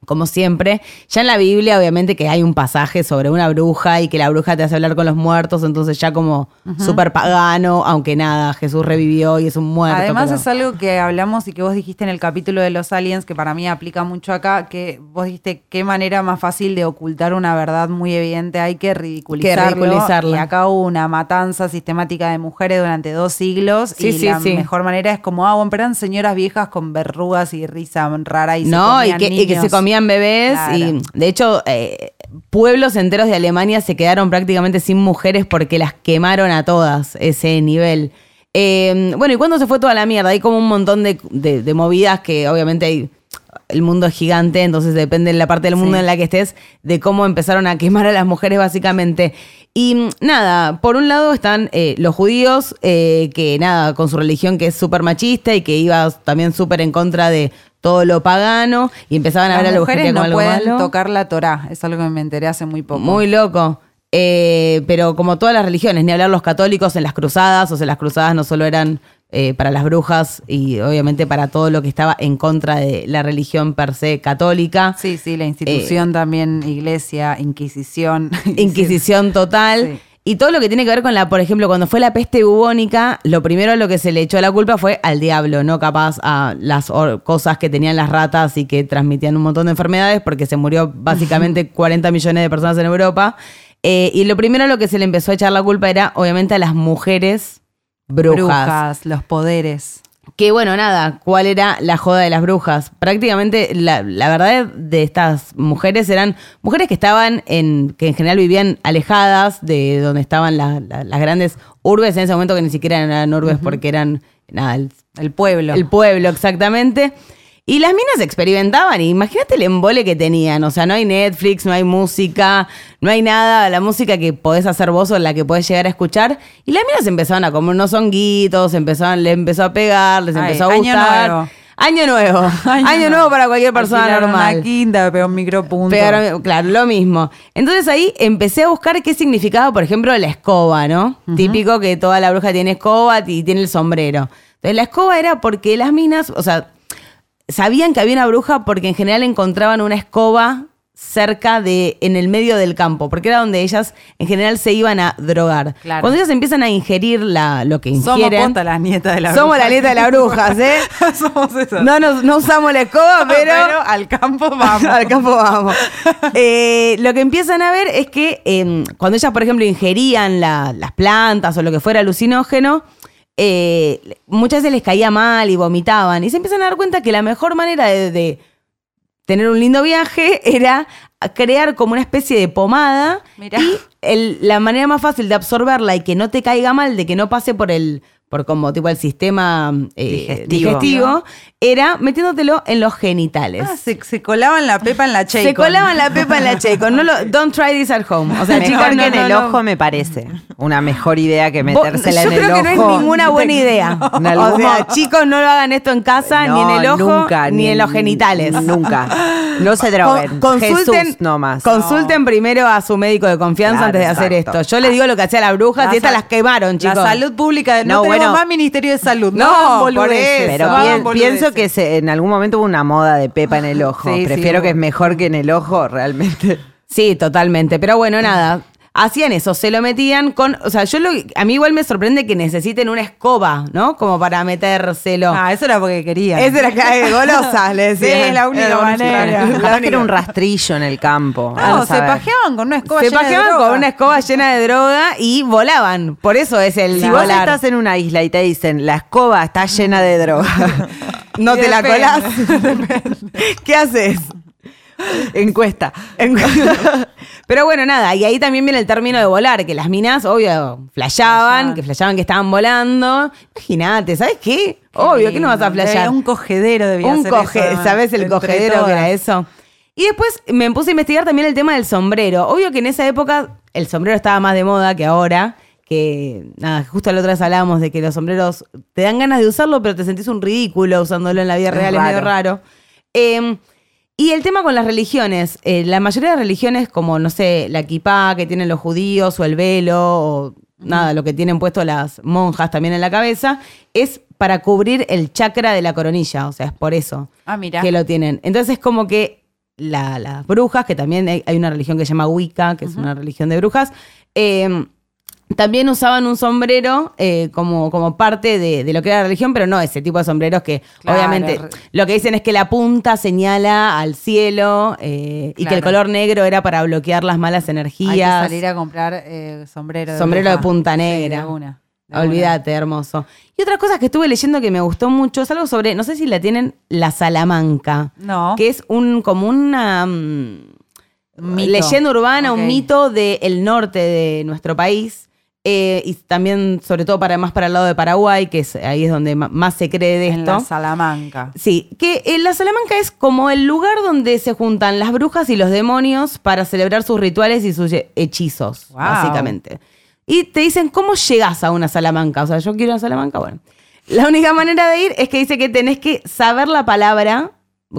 C: Como siempre, ya en la Biblia obviamente que hay un pasaje sobre una bruja y que la bruja te hace hablar con los muertos, entonces ya como súper pagano, aunque nada, Jesús revivió y es un muerto.
G: Además
C: pero-
G: es algo que hablamos y que vos dijiste en el capítulo de los aliens, que para mí aplica mucho acá, que vos dijiste qué manera más fácil de ocultar una verdad muy evidente, hay que ridiculizarlo.
C: ridiculizarla.
G: Y acá hubo una matanza sistemática de mujeres durante dos siglos
C: Sí,
G: y
C: sí,
G: la
C: sí.
G: mejor manera es como, ah, bueno, pero eran señoras viejas con verrugas y risa rara y
C: no,
G: se
C: y
G: comían
C: que, y que se
G: niños.
C: comían bebés.
G: Claro.
C: Y de hecho, eh, pueblos enteros de Alemania se quedaron prácticamente sin mujeres porque las quemaron a todas ese nivel. Eh, bueno, ¿y cuándo se fue toda la mierda? Hay como un montón de, de- de movidas que obviamente hay. El mundo es gigante, entonces depende de la parte del mundo en la que estés, de cómo empezaron a quemar a las mujeres básicamente. Y mm, nada, por un lado están eh, los judíos, eh, que nada, con su religión que es súper machista y que iba también súper en contra de todo lo pagano y empezaban a ver a
G: Las
C: la
G: mujeres
C: brujería como
G: no
C: algo
G: pueden
C: malo.
G: tocar la Torá, es algo que me enteré hace muy poco.
C: Muy loco. Eh, pero como todas las religiones, ni hablar los católicos en las cruzadas, o sea, las cruzadas no solo eran eh, para las brujas y obviamente para todo lo que estaba en contra de la religión per se católica.
G: Sí, sí, la institución también, iglesia, inquisición.
C: Eh, Inquisición total.
G: Sí.
C: Y todo lo que tiene que ver con la, por ejemplo, cuando fue la peste bubónica, lo primero a lo que se le echó la culpa fue al diablo, no capaz a las or- cosas que tenían las ratas y que transmitían un montón de enfermedades, porque se murió básicamente 40 millones de personas en Europa. Eh, y lo primero a lo que se le empezó a echar la culpa era, obviamente, a las mujeres brujas.
G: brujas, los poderes.
C: Que bueno, nada, ¿cuál era la joda de las brujas? Prácticamente la, la verdad de estas mujeres eran mujeres que estaban en, que en general vivían alejadas de donde estaban la- la- las grandes urbes en ese momento que ni siquiera eran urbes porque eran, nada, el,
G: El pueblo.
C: el pueblo exactamente. Y las minas experimentaban, y imagínate el embole que tenían, o sea, no hay Netflix, no hay música, no hay nada, la música que podés hacer vos o la que podés llegar a escuchar. Y las minas empezaron a comer unos honguitos, empezaron, les empezó a pegar, les
G: Ay,
C: empezó a
G: año
C: gustar.
G: nuevo.
C: Año nuevo. Año, nuevo. para cualquier persona
G: Alquilaron
C: normal.
G: Una quinta, pero un micropunto.
C: Pegaron- claro, lo mismo. Entonces ahí empecé a buscar qué significaba, por ejemplo, la escoba, ¿no? Típico que toda la bruja tiene escoba y tiene el sombrero. Entonces la escoba era porque las minas, o sea, sabían que había una bruja porque en general encontraban una escoba cerca de, en el medio del campo, porque era donde ellas en general se iban a drogar.
G: Claro.
C: Cuando ellas empiezan a ingerir la, lo que
G: Somos
C: ingieren.
G: posta las nietas de la
C: Somos
G: bruja.
C: la nieta de las brujas, ¿eh?
G: Somos eso.
C: No, nos- no usamos la escoba,
G: Pero al campo vamos.
C: Al campo vamos. Eh, lo que empiezan a ver es que eh, cuando ellas, por ejemplo, ingerían la- las plantas o lo que fuera alucinógeno, eh, muchas veces les caía mal y vomitaban. Y se empiezan a dar cuenta que la mejor manera de, de tener un lindo viaje era crear como una especie de pomada.
G: Mirá.
C: Y el- la manera más fácil de absorberla y que no te caiga mal, de que no pase por el por como tipo el sistema eh, digestivo.
G: Digestivo.
C: era metiéndotelo en los genitales.
G: Ah, se, se colaban la pepa en la checa.
C: Se colaban la pepa en la checo. No lo, don't try this at home. O sea,
B: Mejor
C: chicas,
B: que
C: no,
B: en
C: no,
B: el
C: no.
B: ojo me parece. Una mejor idea que
C: Vos-
B: metérsela
C: yo
B: en el
C: creo
B: ojo.
C: que no es ninguna buena idea.
B: En algún
C: O sea,
B: modo.
C: chicos, no lo hagan esto en casa, ni en el
B: No,
C: ojo,
B: nunca,
C: ni, en los genitales.
B: Nunca. No se droguen.
C: Con- consulten
B: Jesús nomás.
C: consulten primero a su médico de confianza
B: Claro,
C: antes de hacer
B: exacto.
C: esto. Yo les digo lo que hacía la bruja,
G: La
C: si estas
G: sal-
C: las quemaron, chicos.
G: La salud pública. No,
B: No,
G: tenemos
B: bueno.
G: más Ministerio de Salud. No,
C: No,
G: hagan
C: por
G: boludeces,
C: eso.
B: Pero
G: no
B: pien-
G: hagan boludeces.
B: pienso que se- en algún momento hubo una moda de pepa en el ojo.
G: Sí, sí,
B: Prefiero
G: hubo.
B: que es mejor que en el ojo, realmente.
C: Sí, totalmente. Pero bueno, nada. Hacían eso, se lo metían con. O sea, yo lo, a mí igual me sorprende que necesiten una escoba, ¿no? Como para metérselo.
G: Ah, eso era porque quería.
C: Esa era la de golosas, le decían.
G: Sí, la única
C: Era
G: manera.
B: Capaz que era un rastrillo en el campo.
G: No,
B: a
G: se
B: saber.
G: pajeaban con una escoba
C: Se
G: llena de
C: pajeaban
G: droga.
C: con una escoba llena de droga y volaban. Por eso es el
B: Si vos
C: volar.
B: estás en una isla y te dicen la escoba está llena de droga,
C: no te la
G: Depende.
C: colás. ¿Qué haces?
B: encuesta.
C: En- Pero bueno, nada, y ahí también viene el término de volar, que las minas, obvio, flashaban, que flashaban que estaban volando. Imagínate, ¿sabes qué? obvio, que no vas a flashear?
G: Era un cogedero debía
C: Un
G: ser
C: coge,
G: eso, además,
C: ¿sabes el
G: entre
C: cogedero que
G: todas.
C: era eso? Y después me puse a investigar también el tema del sombrero. Obvio que en esa época el sombrero estaba más de moda que ahora. Que nada, justo la otra vez hablábamos de que los sombreros te dan ganas de usarlo, pero te sentís un ridículo usándolo en la vida real, es medio raro. Eh, y el tema con las religiones. eh, la mayoría de religiones, como no sé, la kipá que tienen los judíos o el velo o nada, lo que tienen puesto las monjas también en la cabeza, es para cubrir el chakra de la coronilla. O sea, es por eso
G: Ah, mira.
C: que lo tienen. Entonces, es como que la- las brujas, que también hay, hay una religión que se llama Wicca, que es una religión de brujas, eh, también usaban un sombrero eh, como, como parte de, de lo que era la religión, pero no ese tipo de sombreros que
G: Claro,
C: obviamente
G: re-
C: lo que dicen es que la punta señala al cielo eh, y que el
G: Claro.
C: color negro era para bloquear las malas
G: Hay que
C: energías.
G: salir a comprar eh, sombrero de
C: Sombrero
G: bruja.
C: de punta
G: Sí,
C: negra.
G: de una, de
C: Olvídate, hermoso. Y otras cosas que estuve leyendo que me gustó mucho es algo sobre, no sé si la tienen, la Salamanca.
G: No.
C: Que es un, como una mm,
G: Un mito.
C: leyenda urbana,
G: Ok.
C: un mito del norte de nuestro país. eh, y también, sobre todo, para más para el lado de Paraguay, que es, ahí es donde ma- más se cree de
G: En
C: esto.
G: la Salamanca.
C: Sí, que eh, la Salamanca es como el lugar donde se juntan las brujas y los demonios para celebrar sus rituales y sus ye- hechizos,
G: Wow.
C: básicamente. Y te dicen, ¿cómo llegas a una Salamanca? O sea, yo quiero una Salamanca, bueno. La única manera de ir es que dice que tenés que saber la palabra,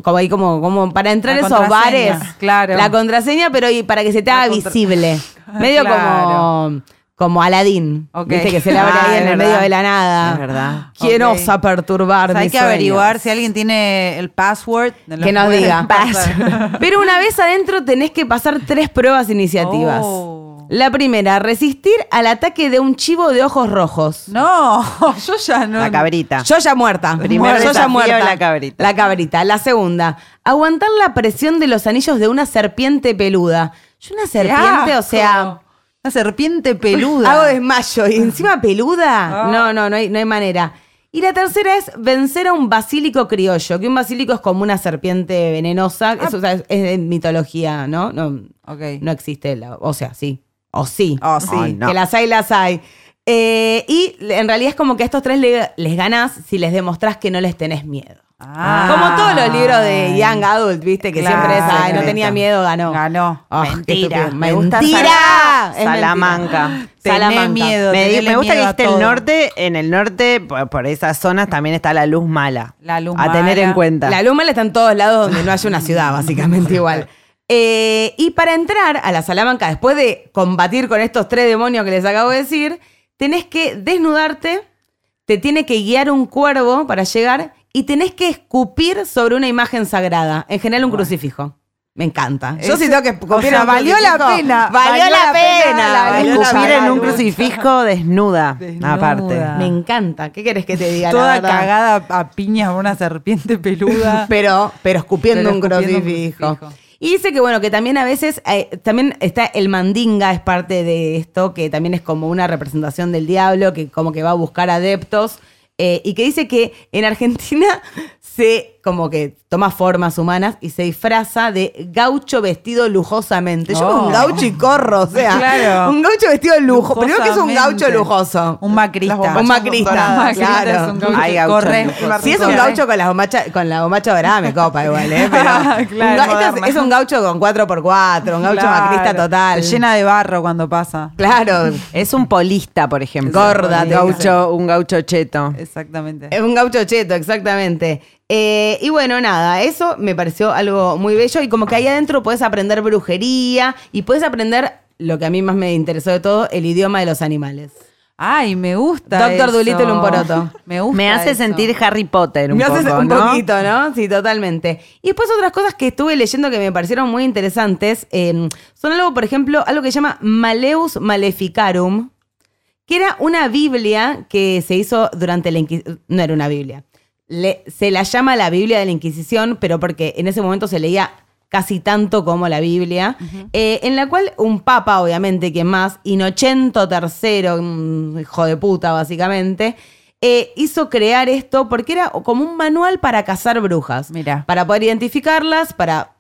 C: como ahí como, como para entrar
G: La
C: a esos
G: contraseña,
C: bares.
G: claro.
C: La contraseña, pero y para que se te
G: La
C: haga
G: contra- Ah,
C: visible. Medio como,
G: Claro.
C: como Aladín.
G: Ok.
C: Viste que se le abre
G: Ah,
C: ahí
G: es
C: en el
G: verdad.
C: medio de la nada.
B: Es verdad.
C: ¿Quién
G: Ok.
C: osa perturbar
G: O sea, hay
C: mis
G: que averiguar
C: sueños?
G: si alguien tiene el password. de los
C: que nos
G: juegos.
C: diga. Pero una vez adentro tenés que pasar tres pruebas iniciativas.
G: Oh.
C: La primera, resistir al ataque de un chivo de ojos rojos.
G: No, yo ya no.
B: La cabrita.
C: Yo ya muerta.
B: Primer
C: Muerta. Yo ya
B: desafío,
C: muerta.
B: la cabrita.
C: La cabrita. La segunda, aguantar la presión de los anillos de una serpiente peluda. Yo una serpiente, o
G: asco!
C: sea,
G: Una serpiente peluda.
C: hago desmayo y encima peluda. No, no, no hay, no hay manera. Y la tercera es vencer a un basílico criollo, que un basílico es como una serpiente venenosa, eso, o sea, es, es de mitología, ¿no? No,
G: Ok.
C: no existe, la- o sea, sí, o sí,
G: Oh, sí.
B: Oh, no.
C: que las hay, las hay. Eh, y en realidad es como que a estos tres le- les ganás si les demostrás que no les tenés miedo.
G: Ah.
C: Como todos los libros de Young Adult, viste, que
G: Claro,
C: siempre es, ay, no
G: señorita.
C: tenía miedo, ganó.
G: Ganó.
C: Ah, qué
B: Mentira.
C: estúpido.
B: Me gusta
C: Mentira.
B: Sala-
C: Es mentira.
B: Salamanca.
G: Tené
C: Salamanca.
G: miedo.
B: Me, di-
G: tenele
B: me gusta que
G: miedo a
B: dijiste el
G: todo.
B: norte. En el norte, por, por esas zonas, también está la luz mala.
G: La luz
B: A tener
G: mala.
B: en cuenta.
C: La Luma está en todos lados donde no haya una ciudad, básicamente igual. Eh, y para entrar a la Salamanca, después de combatir con estos tres demonios que les acabo de decir, tenés que desnudarte, te tiene que guiar un cuervo para llegar y tenés que escupir sobre una imagen sagrada, en general un crucifijo. Me encanta. Yo
G: Ese-
C: sí tengo que
G: o sea, valió la pena,
C: Valió, la pena.
G: la
C: valió la
G: luz.
B: Escupir
C: pena.
B: en un
G: luz.
B: crucifijo desnuda,
G: Desnuda.
B: aparte.
C: Me encanta. ¿Qué querés que te diga? la
G: Toda
C: verdad?
G: cagada a piñas por una serpiente peluda.
C: pero, pero escupiendo,
G: Pero
C: un,
G: escupiendo un
C: crucifijo.
G: crucifijo.
C: Y dice que bueno, que también a veces, eh, también está el mandinga, es parte de esto, que también es como una representación del diablo, que como que va a buscar adeptos, eh, y que dice que en Argentina se como que toma formas humanas y se disfraza de gaucho vestido lujosamente. Yo veo
G: Oh.
C: un gaucho y corro, o sea,
G: Claro.
C: un gaucho vestido lujoso. Primero que es un gaucho
G: Lujosamente.
C: lujoso.
G: Un
D: Las
G: macrista.
D: bombachas
C: Un macrista,
D: doradas.
C: macrista. claro.
G: es un gaucho
B: Hay
G: que
B: gauchos
G: corre.
B: lujosos.
C: Si es un
G: Corre.
C: gaucho con la bombacha, con la bombacha dorada, me copa igual, ¿eh? Pero un ga- esto es, es un gaucho con 4x4, un gaucho
G: Claro.
C: macrista total.
G: Se llena de barro cuando pasa.
C: Claro.
B: Es un polista, por ejemplo.
C: Gorda,
B: un
C: te
B: gaucho, un gaucho cheto.
G: Exactamente.
C: Es un gaucho cheto, exactamente. Eh, y bueno, nada, eso me pareció algo muy bello. Y como que ahí adentro puedes aprender brujería y puedes aprender lo que a mí más me interesó de todo, el idioma de los animales.
A: Ay, me gusta.
C: Doctor
A: eso.
C: Dolittle, un poroto.
A: Me gusta.
B: Me hace
A: eso.
B: sentir Harry Potter un
C: Me
B: poco,
C: haces un
B: ¿no?
C: poquito, ¿no? Sí, totalmente. Y después otras cosas que estuve leyendo que me parecieron muy interesantes eh, son algo, por ejemplo, algo que se llama Maleus Maleficarum, que era una Biblia que se hizo durante la Inquisición. No era una Biblia. Le- se la llama la Biblia de la Inquisición, pero porque en ese momento se leía casi tanto como la Biblia, eh, en la cual un papa, obviamente, que más, Inocento III, un hijo de puta, básicamente, eh, hizo crear esto porque era como un manual para cazar brujas.
A: Mirá.
C: Para poder identificarlas, para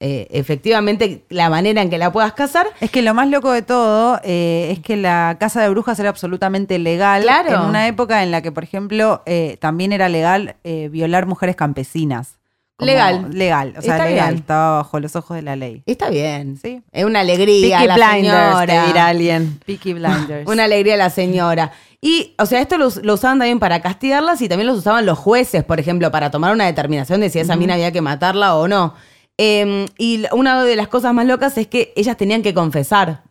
C: eh, efectivamente la manera en que la puedas cazar.
A: Es que lo más loco de todo eh, es que la casa de brujas era absolutamente legal.
C: Claro.
A: En una época en la que, por ejemplo, eh, también era legal eh, violar mujeres campesinas.
C: Legal.
A: Legal. O sea,
C: Está
A: legal.
C: bien.
A: Estaba bajo los ojos de la ley.
C: Está bien.
A: Sí.
C: Es una alegría.
B: Peaky
C: la
B: Blinders, te
C: señora.
B: dirá alguien.
A: Peaky Blinders.
C: Una alegría a la señora. Y, o sea, esto lo, us- lo usaban también para castigarlas y también los usaban los jueces, por ejemplo, para tomar una determinación de si a esa mina había que matarla o no. Eh, y la- una de las cosas más locas es que ellas tenían que confesar.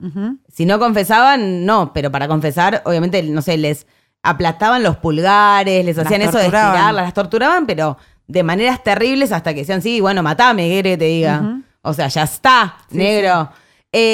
C: Si no confesaban, no, pero para confesar, obviamente, no sé, les aplastaban los pulgares, les
A: Las
C: hacían eso de
A: torturaban.
C: estirarlas, las torturaban, pero de maneras terribles hasta que decían, sí, bueno, matame, ¿qué querés que te diga? O sea, ya está, negro.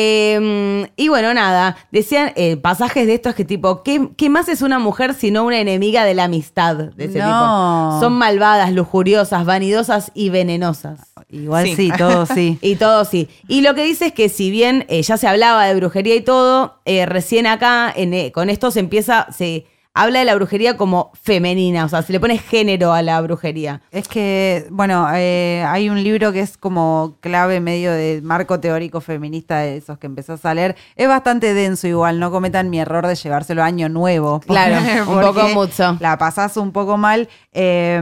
C: Eh, y bueno, nada, decían eh, pasajes de estos que tipo, ¿qué, qué más es una mujer sino una enemiga de la amistad? De ese
A: No.
C: tipo. Son malvadas, lujuriosas, vanidosas y venenosas.
A: Igual sí,
D: Sí.
A: todo sí.
C: Y todo sí. Y lo que dice es que si bien eh, ya se hablaba de brujería y todo, eh, recién acá en, eh, con esto se empieza, se habla de la brujería como femenina, o sea, se le pone género a la brujería.
A: Es que, bueno, eh, hay un libro que es como clave medio de marco teórico feminista de esos que empezás a leer. Es bastante denso igual, no cometan mi error de llevárselo a año nuevo.
C: Claro, un poco
A: porque
C: mucho.
A: La pasás un poco mal, eh,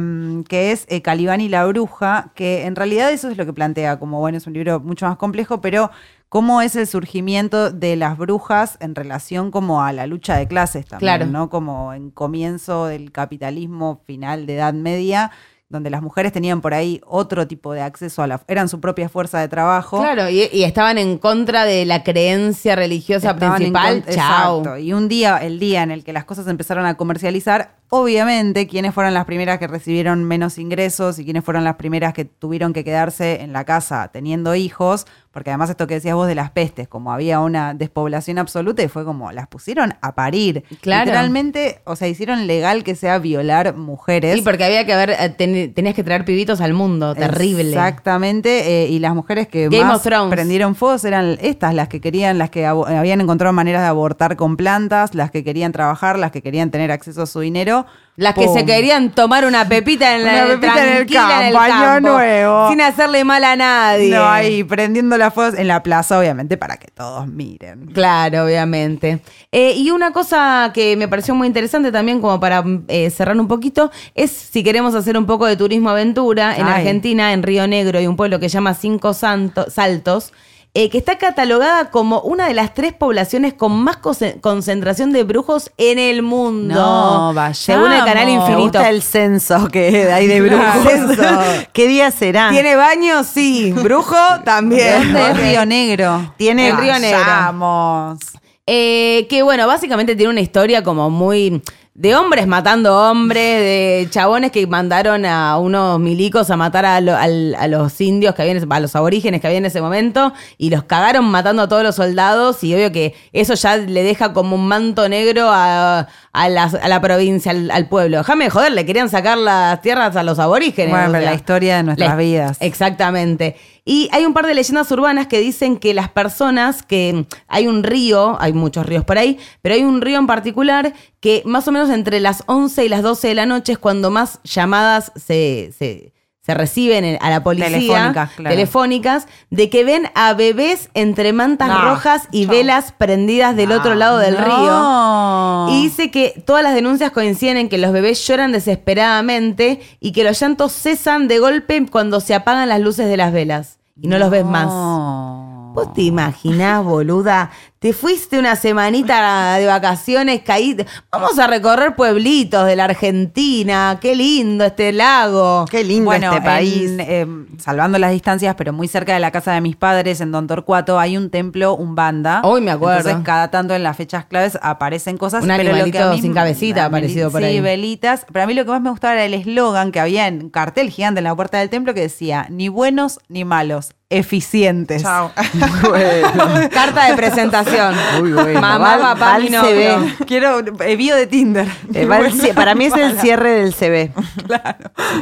A: que es eh, Calibán y la bruja, que en realidad eso es lo que plantea, como bueno, es un libro mucho más complejo, pero cómo es el surgimiento de las brujas en relación como a la lucha de clases también,
C: Claro.
A: ¿no? Como en comienzo del capitalismo final de Edad Media, donde las mujeres tenían por ahí otro tipo de acceso a la... eran su propia fuerza de trabajo.
C: Claro, y, y estaban en contra de la creencia religiosa
A: Estaban en
C: principal.
A: con-
C: Chao.
A: Exacto. Y un día, el día en el que las cosas empezaron a comercializar, obviamente, quienes fueron las primeras que recibieron menos ingresos y quienes fueron las primeras que tuvieron que quedarse en la casa teniendo hijos, porque además esto que decías vos de las pestes, como había una despoblación absoluta y fue como, las pusieron a parir.
C: Claro.
A: Literalmente, o sea, hicieron legal que sea violar mujeres.
C: Sí, porque había que haber, eh, ten- tenías que traer pibitos al mundo, terrible.
A: Exactamente, eh, y las mujeres que
C: Game
A: más
C: of Thrones.
A: prendieron fuegos eran estas, las que querían, las que abo- habían encontrado maneras de abortar con plantas, las que querían trabajar, las que querían tener acceso a su dinero.
C: Las que
A: ¡Pum!
C: se querían tomar una pepita en la
A: Una pepita en el
C: tranquila
A: campo, año
C: campo,
A: nuevo.
C: sin hacerle mal a nadie.
A: No, ahí prendiendo las fuegos en la plaza, obviamente, para que todos miren.
C: Claro, obviamente. Eh, y una cosa que me pareció muy interesante también, como para mm, eh, cerrar un poquito, es si queremos hacer un poco de turismo aventura en
A: Ay.
C: Argentina, en Río Negro, hay un pueblo que se llama Cinco Santo- Saltos, eh, que está catalogada como una de las tres poblaciones con más cose- concentración de brujos en el mundo.
A: No, vayamos.
C: Según el canal
A: Me
B: Me
C: Infinito.
B: gusta el censo que hay de brujos.
A: Censo.
B: ¿Qué día será?
C: ¿Tiene baño? Sí. ¿Brujo? También.
A: ¿Dónde es Río Negro?
B: Tiene-
C: El Río Negro.
A: Vamos.
C: Eh, que bueno, básicamente tiene una historia como muy de hombres matando hombres, de chabones que mandaron a unos milicos a matar a, lo- al- a los indios que habían, a los aborígenes que había en ese momento, y los cagaron matando a todos los soldados, y obvio que eso ya le deja como un manto negro a, a la, a la provincia, al, al pueblo. Déjame de joder, le querían sacar las tierras a los aborígenes.
A: Bueno,
C: o
A: pero
C: sea.
A: la historia de nuestras
C: La-
A: vidas.
C: Exactamente. Y hay un par de leyendas urbanas que dicen que las personas que mm, hay un río, hay muchos ríos por ahí, pero hay un río en particular que más o menos entre las 11 y las 12 de la noche es cuando más llamadas se, se- se reciben en- a la policía.
A: Telefónicas, claro.
C: telefónicas, de que ven a bebés entre mantas
A: No, Ah,
C: rojas y velas prendidas del otro lado del río.
A: No.
C: Y dice que todas las denuncias coinciden en que los bebés lloran desesperadamente y que los llantos cesan de golpe cuando se apagan las luces de las velas y no, los ves más.
A: No.
C: ¿Vos te imaginás, boluda? Te fuiste una semanita de vacaciones, caíste. Vamos a recorrer pueblitos de la Argentina. Qué lindo este lago.
B: Qué lindo
G: bueno,
B: este país.
G: en, eh, salvando las distancias, pero muy cerca de la casa de mis padres, en Don Torcuato, hay un templo, un banda.
C: Hoy me acuerdo.
G: Entonces, cada tanto en las fechas claves aparecen cosas.
C: Un
G: pero lo que a
C: animalito
G: mí-
C: sin cabecita
G: animali-
C: aparecido por ahí.
G: Sí, velitas. Pero a mí lo que más me gustaba era el eslogan que había en un cartel gigante en la puerta del templo que decía, ni buenos ni malos, eficientes.
D: Chao.
C: Carta de presentación.
B: Muy bueno.
C: Mamá,
B: Val-
C: papá,
B: Val
C: mi
B: se
C: novio.
B: ve.
G: Quiero, eh, bio de Tinder.
B: Eh, va el cie- para mí es el cierre del CV.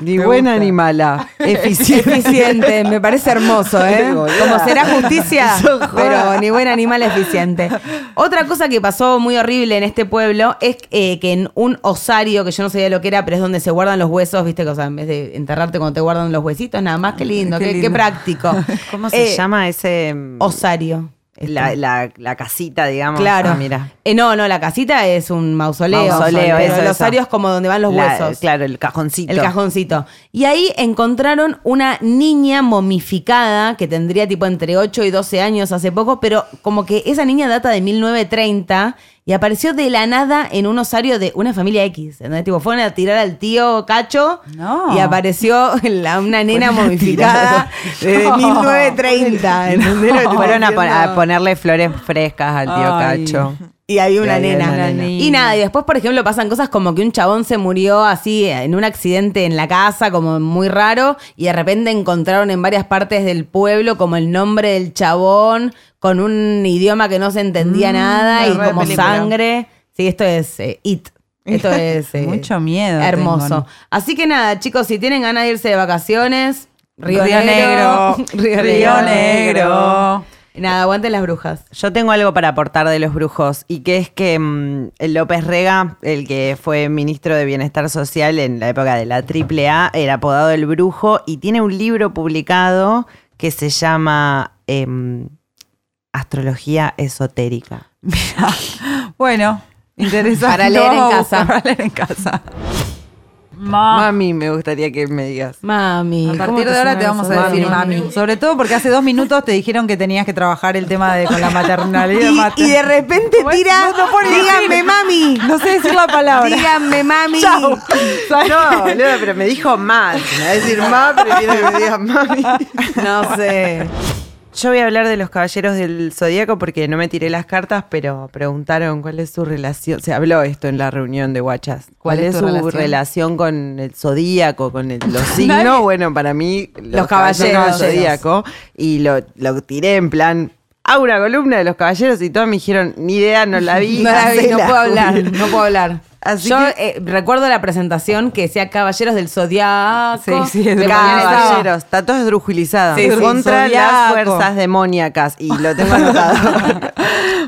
B: Ni buena ni mala. Eficiente.
C: Eficiente, me parece hermoso, ¿eh?
B: Qué boluda.
C: Como será justicia,
B: Eso joda.
C: pero ni buen animal eficiente. Otra cosa que pasó muy horrible en este pueblo es eh, que en un osario, que yo no sabía lo que era, pero es donde se guardan los huesos, ¿viste? Que, o sea, en vez de enterrarte cuando te guardan los huesitos, nada más, qué lindo, qué,
G: Qué
C: qué
G: lindo.
C: práctico.
B: Ah, ¿Cómo se
C: Eh,
B: llama ese? mm,
C: Osario.
B: La, la- la casita, digamos.
C: Claro.
B: Ah, mira.
C: Eh, no, no, la casita es un mausoleo.
B: Mausoleo,
C: pero
B: eso,
C: El
B: eso.
C: osario es como donde van los
B: La-
C: huesos.
B: Claro, el cajoncito.
C: El cajoncito. Y ahí encontraron una niña momificada que tendría tipo entre 8 y 12 años hace poco, pero como que esa niña data de 1930 y apareció de la nada en un osario de una familia X. ¿entendés? Tipo, fueron a tirar al tío Cacho
G: No.
C: y apareció la- una nena momificada de 1930. ¿entendés lo que te estoy
B: Fueron a, pon- a
C: diciendo?
B: ponerle flores frescas al tío
G: Ay.
B: Cacho.
C: Y había una
B: Y había
C: nena.
B: una nena.
C: Y nada, y después, por ejemplo, pasan cosas como que un chabón se murió así en un accidente en la casa, como muy raro, y de repente encontraron en varias partes del pueblo como el nombre del chabón con un idioma que no se entendía nada
D: la
C: y
D: re
C: como
D: película.
C: sangre. Sí, esto es eh, It. Esto es eh,
G: Mucho miedo.
C: hermoso.
G: tengo, ¿no?
C: Así que nada, chicos, si tienen ganas de irse de vacaciones, Río,
G: Río
C: Negro.
G: Negro. Río Negro.
C: Nada, aguanten las brujas.
B: Yo tengo algo para aportar de los brujos y que es que mm, el López Rega, el que fue ministro de Bienestar Social en la época de la AAA, era apodado el brujo y tiene un libro publicado que se llama em, Astrología Esotérica.
G: Bueno, interesante.
C: Para leer
G: Lo
C: en
G: vamos a
C: casa.
G: buscar Para leer en casa. Ah.
B: Mami, me gustaría que me digas.
C: Mami.
G: A
C: ¿cómo
G: partir de
C: te
G: ahora
C: suena
G: te vamos
C: eso?
G: a decir mami. Sobre todo porque hace dos minutos te dijeron que tenías que trabajar el tema de con la maternalidad.
C: Y, y de repente tira, díganme mami.
G: No sé decir la palabra.
C: Díganme mami.
G: Chau.
B: No, boluda, pero me dijo más. Me va a decir más, pero quiero que me digas mami.
C: No sé.
B: Yo voy a hablar de los caballeros del zodíaco porque no me tiré las cartas, pero preguntaron cuál es su relación. Se habló esto en la reunión de Guachas. ¿Cuál, es, su relación? con el zodíaco, con el- los signos? bueno, para mí, los,
C: caballeros.
B: del zodíaco. Y lo, lo tiré en plan. A una columna de los caballeros y todos me dijeron, ni idea, no la vi.
C: No, la vi, no
B: hacela".
C: puedo hablar, no puedo hablar.
B: Así
C: Yo
B: que-
C: eh, recuerdo la presentación que decía Caballeros del Zodiaco.
G: Sí, sí,
C: Me
G: del
C: encantaba.
B: Caballeros, está todo esdrujulizado.
G: Sí, sí,
B: contra las
G: zodiaco.
B: fuerzas demoníacas. Y lo tengo anotado.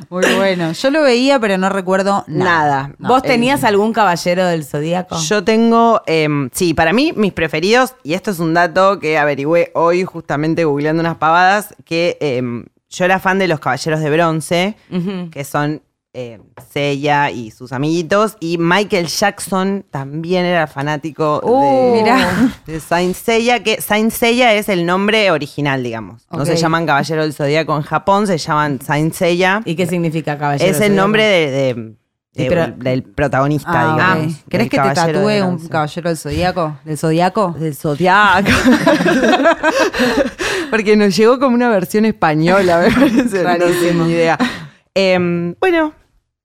G: Muy bueno. Yo lo veía, pero no recuerdo nada.
B: Nada.
C: ¿Vos
B: tenías
C: tenías algún caballero del Zodíaco?
B: Yo tengo, em, sí, para mí mis preferidos, y esto es un dato que averigüé hoy justamente googleando unas pavadas, que em, yo era fan de los Caballeros de Bronce,
C: Ujú.
B: que son eh, Seiya y sus amiguitos, y Michael Jackson también era fanático
C: Uh,
B: de,
C: mirá.
B: de Saint Seiya, que Saint Seiya es el nombre original, digamos. No se
C: Ok.
B: llaman Caballero del Zodíaco en Japón, se llaman Saint Seiya.
C: ¿Y qué significa caballero?
B: Es
C: del
B: el
C: Zodíaco?
B: nombre de- de-
C: Sí,
B: de-
C: pero-
B: del protagonista,
G: Ah, ok.
B: digamos. del
G: ¿Querés que te
B: Caballero de
G: tatúe un
B: Bronce.
G: caballero del zodiaco? ¿Del zodiaco?
B: Del zodiaco. Porque nos llegó como una versión española, me parece. No sé, ni idea. Em, bueno,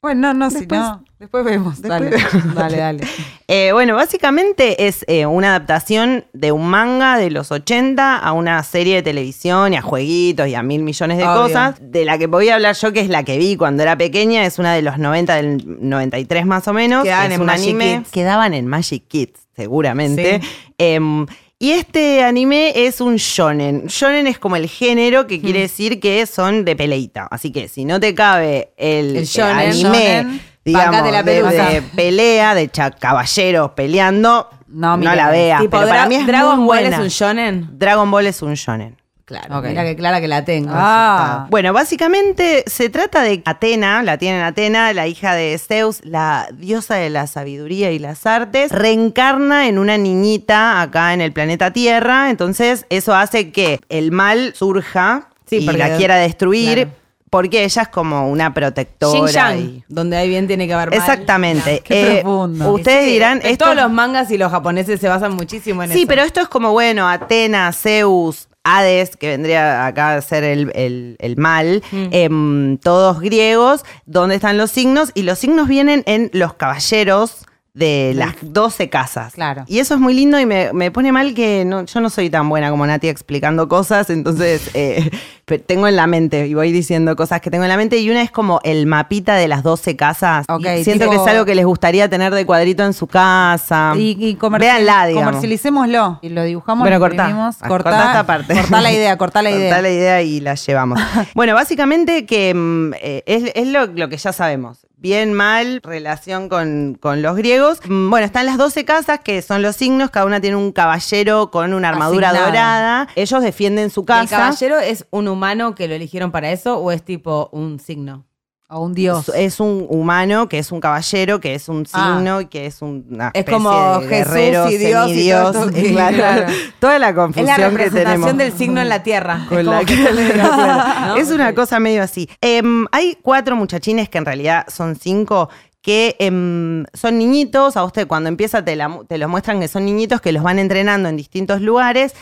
G: Bueno, no, no, si no. Después vemos. dale, dale, dale.
B: eh, bueno, básicamente es eh, una adaptación de un manga de los 80 a una serie de televisión y a jueguitos y a mil millones de
C: Obvio.
B: cosas. De la que podía hablar yo, que es la que vi cuando era pequeña, es una de los 90, del 93 más o menos.
C: Quedaban
B: es
C: en
B: un
C: Magic
B: anime.
C: Kids.
B: Quedaban en Magic Kids, seguramente.
C: Sí.
B: Em, y este anime es un shonen. Shonen es como el género que
C: Mm.
B: quiere decir que son de peleita. Así que si no te cabe el,
C: El shonen.
B: anime,
C: Shonen.
B: digamos,
C: Bancate la
B: de-
C: pelusa.
B: de pelea, de cha- caballeros peleando,
G: No,
B: no,
G: mira,
B: la veas.
C: Tipo,
B: pero para
C: Dra-
B: mí es
C: Dragon
B: muy
C: Ball
B: buena.
C: es un shonen.
B: Dragon Ball es un shonen.
C: Claro,
G: Ok.
C: mira que clara que la tengo.
G: Ah.
B: Bueno, básicamente se trata de Atena, la tienen Atena, la hija de Zeus, la diosa de la sabiduría y las artes, reencarna en una niñita acá en el planeta Tierra, entonces eso hace que el mal surja
C: Sí,
B: y
C: porque-
B: la quiera destruir.
C: claro.
B: porque ella es como una
C: Xing
B: protectora.
C: Yang,
B: y-
C: donde hay bien tiene que haber mal.
B: Exactamente.
G: Qué
B: Eh,
G: profundo.
B: Ustedes dirán,
C: Eh,
B: esto
C: Todos los mangas y los japoneses se basan muchísimo en eso.
B: Sí, pero esto es como, bueno, Atenas, Zeus, Hades, que vendría acá a ser el, el- el mal,
G: Mm.
B: em, todos griegos, ¿dónde están los signos? Y los signos vienen en los caballeros de las 12 casas.
G: Claro.
B: Y eso es muy lindo y me, me pone mal que no- yo no soy tan buena como Nati explicando cosas, entonces eh, pero tengo en la mente y voy diciendo cosas que tengo en la mente y una es como el mapita de las 12 casas.
G: Ok,
B: Y siento
G: tipo-
B: que es algo que les gustaría tener de cuadrito en su casa.
G: Y, y comer-
B: Véanla, Ah. digamos.
G: comercialicémoslo. Y lo dibujamos,
B: Bueno,
G: lo
B: cortá.
G: imprimimos,
B: Ah,
G: cortá,
B: cortá esta parte.
G: cortá la idea, cortá la idea.
B: Cortá la idea y la llevamos. bueno, básicamente que mm, eh, es, es lo, lo que ya sabemos. Bien, mal, relación con, con los griegos. Mm, Bueno, están las 12 casas, que son los signos. Cada una tiene un caballero con una armadura
G: Asignado.
B: dorada. Ellos defienden su
C: ¿El
B: casa.
C: caballero es un humano que lo eligieron para eso o es tipo un signo?
G: O un dios.
B: Es- Es un humano que es un caballero, que es un
G: Ah.
B: signo y que es una
C: Es
B: especie
C: como Jesús
B: de guerrero,
C: y Dios y todo
B: semidios.
C: esto.
B: Es
C: Sí,
B: claro.
C: claro.
B: Toda la
C: Es
B: confusión
C: la
B: que tenemos.
C: representación del signo en la tierra.
B: Con
C: Es
B: la
C: como que-
B: que-
C: ¿no?
B: Es una cosa medio así. Em, hay cuatro muchachines que en realidad son cinco que em, son niñitos. A usted cuando empieza te, la mu- te los muestran que son niñitos que los van entrenando en distintos lugares.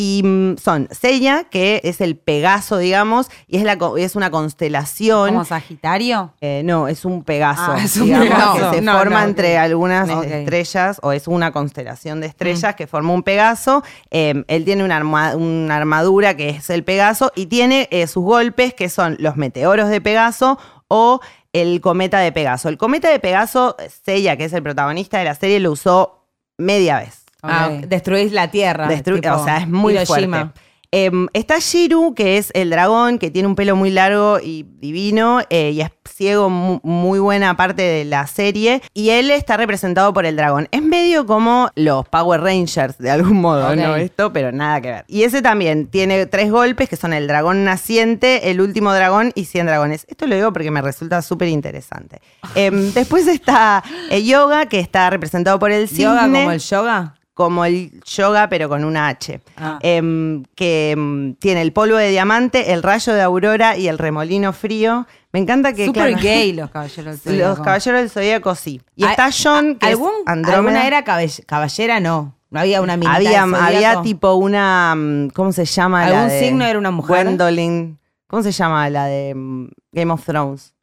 B: Y mm, son Sella, que es el Pegaso, digamos, y es, la, co- es una constelación.
G: Como Sagitario.
B: Eh, no, es un Pegaso.
G: Ah, es un
B: digamos,
G: Pegaso.
B: Que se
C: No,
B: forma
C: no,
B: entre algunas
G: Ok. Mm.
B: estrellas, o es una constelación de estrellas que forma un Pegaso. Eh, él tiene una, arma- una armadura que es el Pegaso y tiene eh, sus golpes que son los meteoros de Pegaso o el cometa de Pegaso. El cometa de Pegaso, Seiya, que es el protagonista de la serie, lo usó media vez.
C: Ah,
G: Ok.
C: destruís la tierra.
B: Destru-
C: tipo
B: o sea, es muy
C: Hiroshima.
B: fuerte. Em, está Shiru, que es el dragón, que tiene un pelo muy largo y divino, eh, y es ciego mu- muy buena parte de la serie, y él está representado por el dragón. Es medio como los Power Rangers, de algún modo,
C: Ok.
B: ¿no? Esto, pero nada que ver. Y ese también tiene tres golpes, que son el dragón naciente, el último dragón y 100 dragones. Esto lo digo porque me resulta súper interesante. Em, después está eh, Yoga, que está representado por el cisne
C: Yoga como el yoga.
B: como el yoga, pero con una H,
G: Ah.
C: Ah.
B: Em, que em, tiene el polvo de diamante, el rayo de aurora y el remolino frío. Me encanta que
G: Super
B: claro,
G: gay los caballeros del Zodíaco.
B: los caballeros del zodíaco sí. Y
C: Ay,
B: está John, que es
C: ¿Algún,
B: Andrómeda.
C: ¿Alguna era cabell- caballera? No. No había una minita
B: había,
C: del
B: había
C: zodiaco.
B: tipo una, mm, ¿cómo se llama? la
C: ¿Algún
B: de
C: signo era una mujer?
B: Gwendolyn. ¿Cómo se llama la de mm, Game of Thrones?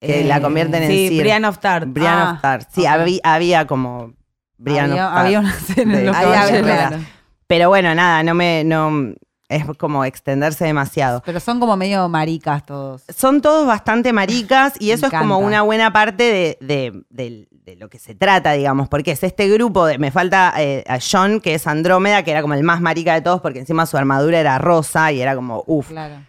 B: Que
C: Eh,
B: la convierten en
C: Sí,
B: Sir.
C: Brian of Tarth. Ah.
B: Brian of Tarth. Sí, había, había como Brian
G: había,
B: of Tarth.
G: había una escena en
B: de-
G: los
B: había-
G: caballeros.
B: claro. Pero bueno, nada, no me. No, es como extenderse demasiado.
G: Pero son como medio maricas todos.
B: Son todos bastante maricas y
G: Me
B: eso es como
G: encanta.
B: una buena parte de, de- de- de lo que se trata, digamos, porque es este grupo de. Me falta eh, a John, que es Andrómeda, que era como el más marica de todos, porque encima su armadura era rosa y era como, uff,
G: Claro.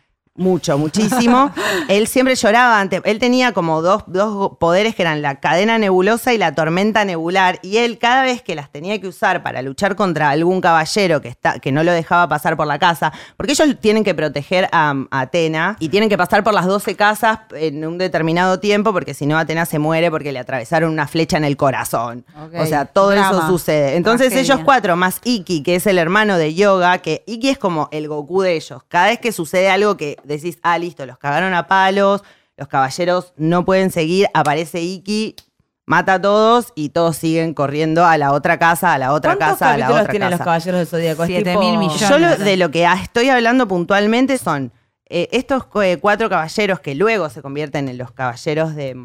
B: mucho, muchísimo. él siempre lloraba ante- Él tenía como dos, dos poderes que eran la cadena nebulosa y la tormenta nebular. Y él, cada vez que las tenía que usar para luchar contra algún caballero que, está, que no lo dejaba pasar por la casa, porque ellos tienen que proteger a, a Atena y tienen que pasar por las 12 casas en un determinado tiempo, porque si no, Atena se muere porque le atravesaron una flecha en el corazón.
G: Ok,
B: O sea, todo eso
G: drama,
B: sucede. Entonces,
G: tragedia.
B: ellos cuatro cuatro, más Iki, que es el hermano de Yoga, que Iki es como el Goku de ellos. Cada vez que sucede algo que decís, ah, listo, los cagaron a palos, los caballeros no pueden seguir, aparece Iki, mata a todos y todos siguen corriendo a la otra casa, a la otra
C: ¿Cuántos
B: casa, a la
C: capítulos
B: otra
C: tienen los
B: casa.
C: caballeros del zodiaco? Es
G: Siete
C: tipo-
G: mil millones.
B: Yo lo- de lo que ah, estoy hablando puntualmente son eh, estos cu- eh, cuatro caballeros que luego se convierten en los caballeros de,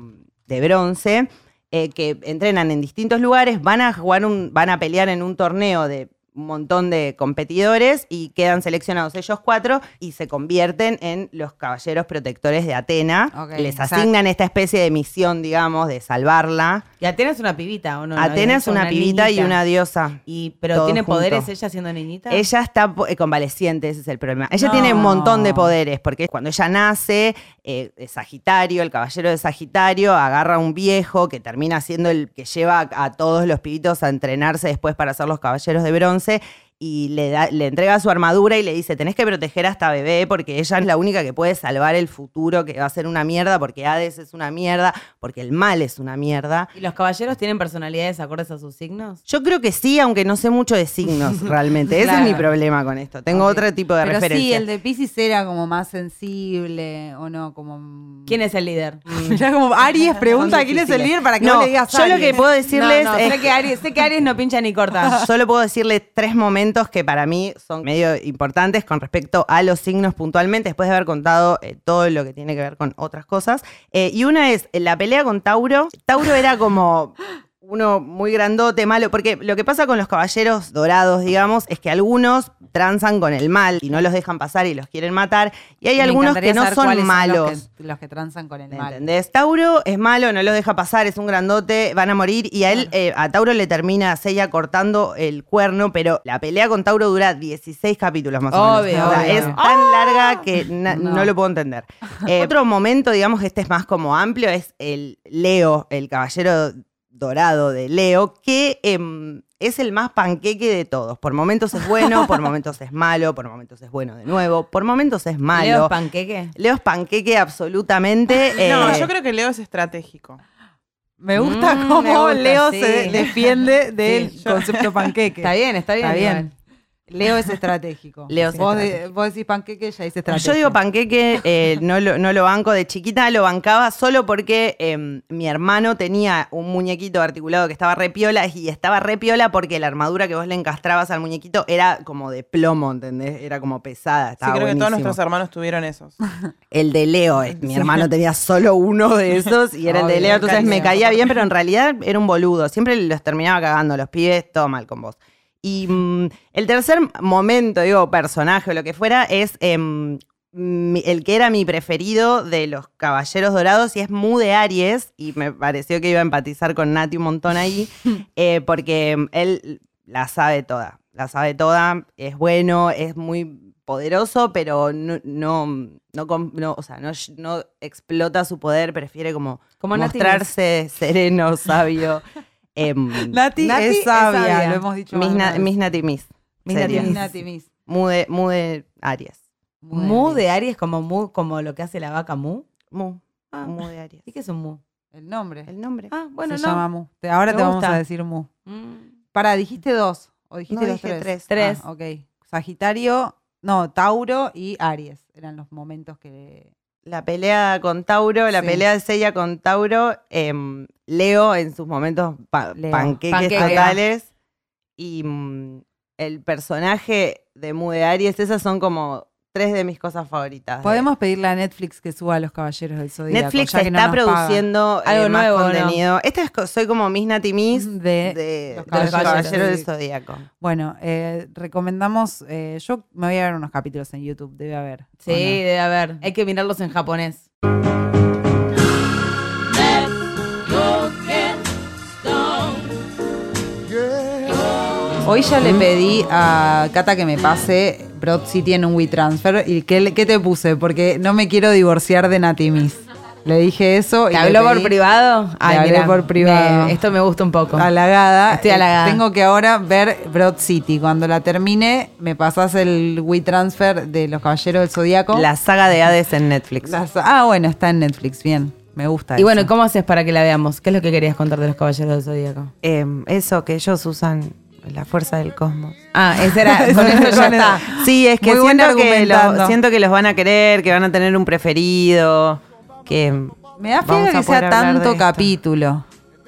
B: de bronce, eh, que entrenan en distintos lugares, van a jugar un, van a pelear en un torneo de un montón de competidores y quedan seleccionados ellos cuatro y se convierten en los caballeros protectores de Atena.
G: Ok,
B: Les
G: exacto.
B: asignan esta especie de misión, digamos, de salvarla.
C: Y Atena es una pibita, ¿o no?
B: Atena es una, pibita y una
C: diosa.
B: diosa.
C: pero
B: Todo
C: tiene
B: junto.
C: poderes ella siendo niñita.
B: Ella está po- eh, convaleciente, ese es el problema. Ella tiene un montón de poderes, porque cuando ella nace, eh, es Sagitario, el caballero de Sagitario, agarra a un viejo que termina siendo el que lleva a, a todos los pibitos a entrenarse después para ser los caballeros de bronce. y le, da- le entrega su armadura y le dice, tenés que proteger a esta bebé porque ella es la única que puede salvar el futuro, que va a ser una mierda, porque Hades es una mierda, porque el mal es una mierda.
C: ¿Y los caballeros tienen personalidades acordes a sus signos?
B: Yo creo que sí, aunque no sé mucho de signos realmente. Ese
C: Claro.
B: es mi problema con esto. Tengo
A: Ok.
B: otro tipo de
A: Pero
B: referencia.
A: sí, el de Pisces era como más sensible, o no, como...
C: ¿Quién es el líder?
A: Mirá como Aries pregunta
B: Son
A: quién es el
B: difíciles.
A: líder para que
B: No,
A: no, le digas
B: yo lo que
A: Aries.
B: puedo decirles
C: no, no,
B: es
C: sé, que Aries, sé que Aries no pincha ni corta.
B: Ah, Solo puedo decirle tres momentos que para mí son medio importantes con respecto a los signos puntualmente, después de haber contado eh, todo lo que tiene que ver con otras cosas. Eh, y una es eh, la pelea con Tauro. Tauro era como uno muy grandote, malo, porque lo que pasa con los caballeros dorados, digamos, es que algunos transan con el mal y no los dejan pasar y los quieren matar. Y hay
A: Me
B: algunos
A: encantaría
B: que no
A: saber
B: son
A: cuáles
B: malos.
A: Los que, los que transan con el
B: ¿Me
A: mal.
B: ¿Entendés? Tauro es malo, no lo deja pasar, es un grandote, van a morir. Y a él, eh, a Tauro le termina a Seiya cortando el cuerno, pero la pelea con Tauro dura 16 capítulos más o menos.
C: Obvio,
B: O sea,
C: obvio. ¡Ah!
B: Es tan larga que na- no. lo puedo entender. Eh, otro momento, digamos, este es más como amplio, es el Leo, el caballero dorado de Leo, que em, es el más panqueque de todos. Por momentos es bueno, por momentos es malo, por momentos es bueno de nuevo, por momentos es malo.
C: ¿Leo es panqueque?
B: Leo es panqueque absolutamente.
D: No,
B: eh,
D: yo creo que Leo es estratégico.
A: Me gusta
C: Mm,
A: cómo
C: me gusta,
A: Leo
C: sí.
A: se defiende del
C: Sí.
A: concepto panqueque.
C: Está bien, está bien.
A: Está bien.
C: igual.
A: Leo es estratégico.
B: Leo es
A: vos, de-
B: estratégico.
A: vos decís panqueque, ella dice estratégico.
B: Yo digo panqueque, eh, no, lo, no lo banco de chiquita, lo bancaba solo porque em, mi hermano tenía un muñequito articulado que estaba re piola y estaba re piola porque la armadura que vos le encastrabas al muñequito era como de plomo, ¿entendés? Era como pesada,
D: Sí, creo
B: estaba
D: que todos
B: buenísimo.
D: nuestros hermanos tuvieron esos.
B: El de Leo, eh, mi hermano tenía solo uno de esos y era el de
C: Obvio,
B: Leo, entonces me
C: carísimo.
B: caía bien, pero en realidad era un boludo, siempre los terminaba cagando, los pibes, todo mal con vos. Y mm, el tercer momento, digo, personaje o lo que fuera, es em, mi- el que era mi preferido de los Caballeros Dorados y es Mu de Aries, y me pareció que iba a empatizar con Nati un montón ahí, eh, porque mm, él la sabe toda, la sabe toda, es bueno, es muy poderoso, pero no, no, no, com- no, o sea, no, no explota su poder, prefiere como,
C: Como Nati
B: mostrarse sereno, sabio. Em,
A: Nati,
C: Nati
A: es
C: es
A: sabia,
C: sabia.
A: lo hemos dicho.
B: mis,
A: más de
B: na-
A: una vez.
B: mis Nati Mis.
A: Mis Nati
B: sería.
A: Mis. Nati Mis.
B: Mu de- Mu de Aries.
A: Muy
C: Mu
A: bien.
C: de Aries como mu, como lo que hace la vaca mu.
B: Mu. Mu
A: Ah.
B: de Aries.
C: ¿Y qué es un mu?
A: El nombre.
B: El nombre.
C: Ah, bueno,
A: se
C: no.
A: llama Mu. Te- Ahora
C: Me
A: te vamos
C: gusta.
A: a decir Mu.
C: Mm.
A: Para, dijiste dos. O dijiste
B: No,
A: los
B: dije tres.
C: Tres.
A: Ah, ok. Sagitario, no, Tauro y Aries. Eran los momentos que.
B: La pelea con Tauro, la
A: Sí.
B: pelea de Sella con Tauro, em, Leo en sus momentos pa-
A: Leo.
B: panqueques
C: Panqueque.
B: totales. Y mm, el personaje de Mu de Aries, esas son como tres de mis cosas favoritas. de-
A: Podemos pedirle a Netflix que suba a los Caballeros del Zodíaco.
B: Netflix
A: ya que no
B: está
A: nos paga.
B: produciendo eh,
C: Algo
B: más
C: nuevo, ¿no?
B: contenido. Esta es co- soy como Miss Nati Miss
A: Mm,
B: de,
A: de-
B: de
A: los
B: los, caballeros,
A: Caballeros
B: del
A: del
B: Zodíaco.
A: Bueno, eh, recomendamos. eh, yo me voy a ver unos capítulos en YouTube, debe haber. ¿o
C: Sí, debe haber. Hay que mirarlos en japonés.
A: no? Hoy ya le pedí a Cata que me pase Broad City en un WeTransfer. ¿Y qué, le- qué te puse? Porque no me quiero divorciar de Natimis. Le dije eso. y
C: ¿Te
A: le
C: habló por
A: pedí-
C: privado? Ay,
A: hablé
C: mirá,
A: por privado.
C: me- esto me gusta un poco.
A: Halagada.
C: Estoy
A: Eh,
C: halagada.
A: Tengo que ahora ver Broad City. Cuando la termine, me pasas el WeTransfer de Los Caballeros del Zodíaco.
B: La saga de Hades en Netflix.
A: Las- ah, bueno, está en Netflix. Bien, me gusta.
C: Y bueno,
A: eso.
C: ¿cómo haces para que la veamos? ¿Qué es lo que querías contar de los caballeros del zodíaco?
B: Em, eso que ellos usan la fuerza del cosmos.
C: Ah, ese era, con
A: Eso
C: eso ya
A: con
C: está.
A: eso.
B: Sí, es que,
A: Muy bueno
B: siento que,
A: argumentando.
B: los, siento que los van a querer, que van a tener un preferido, que
A: me da fiera
B: vamos a
A: que
B: poder
A: sea
B: hablar de
A: tanto
B: esto.
A: capítulo.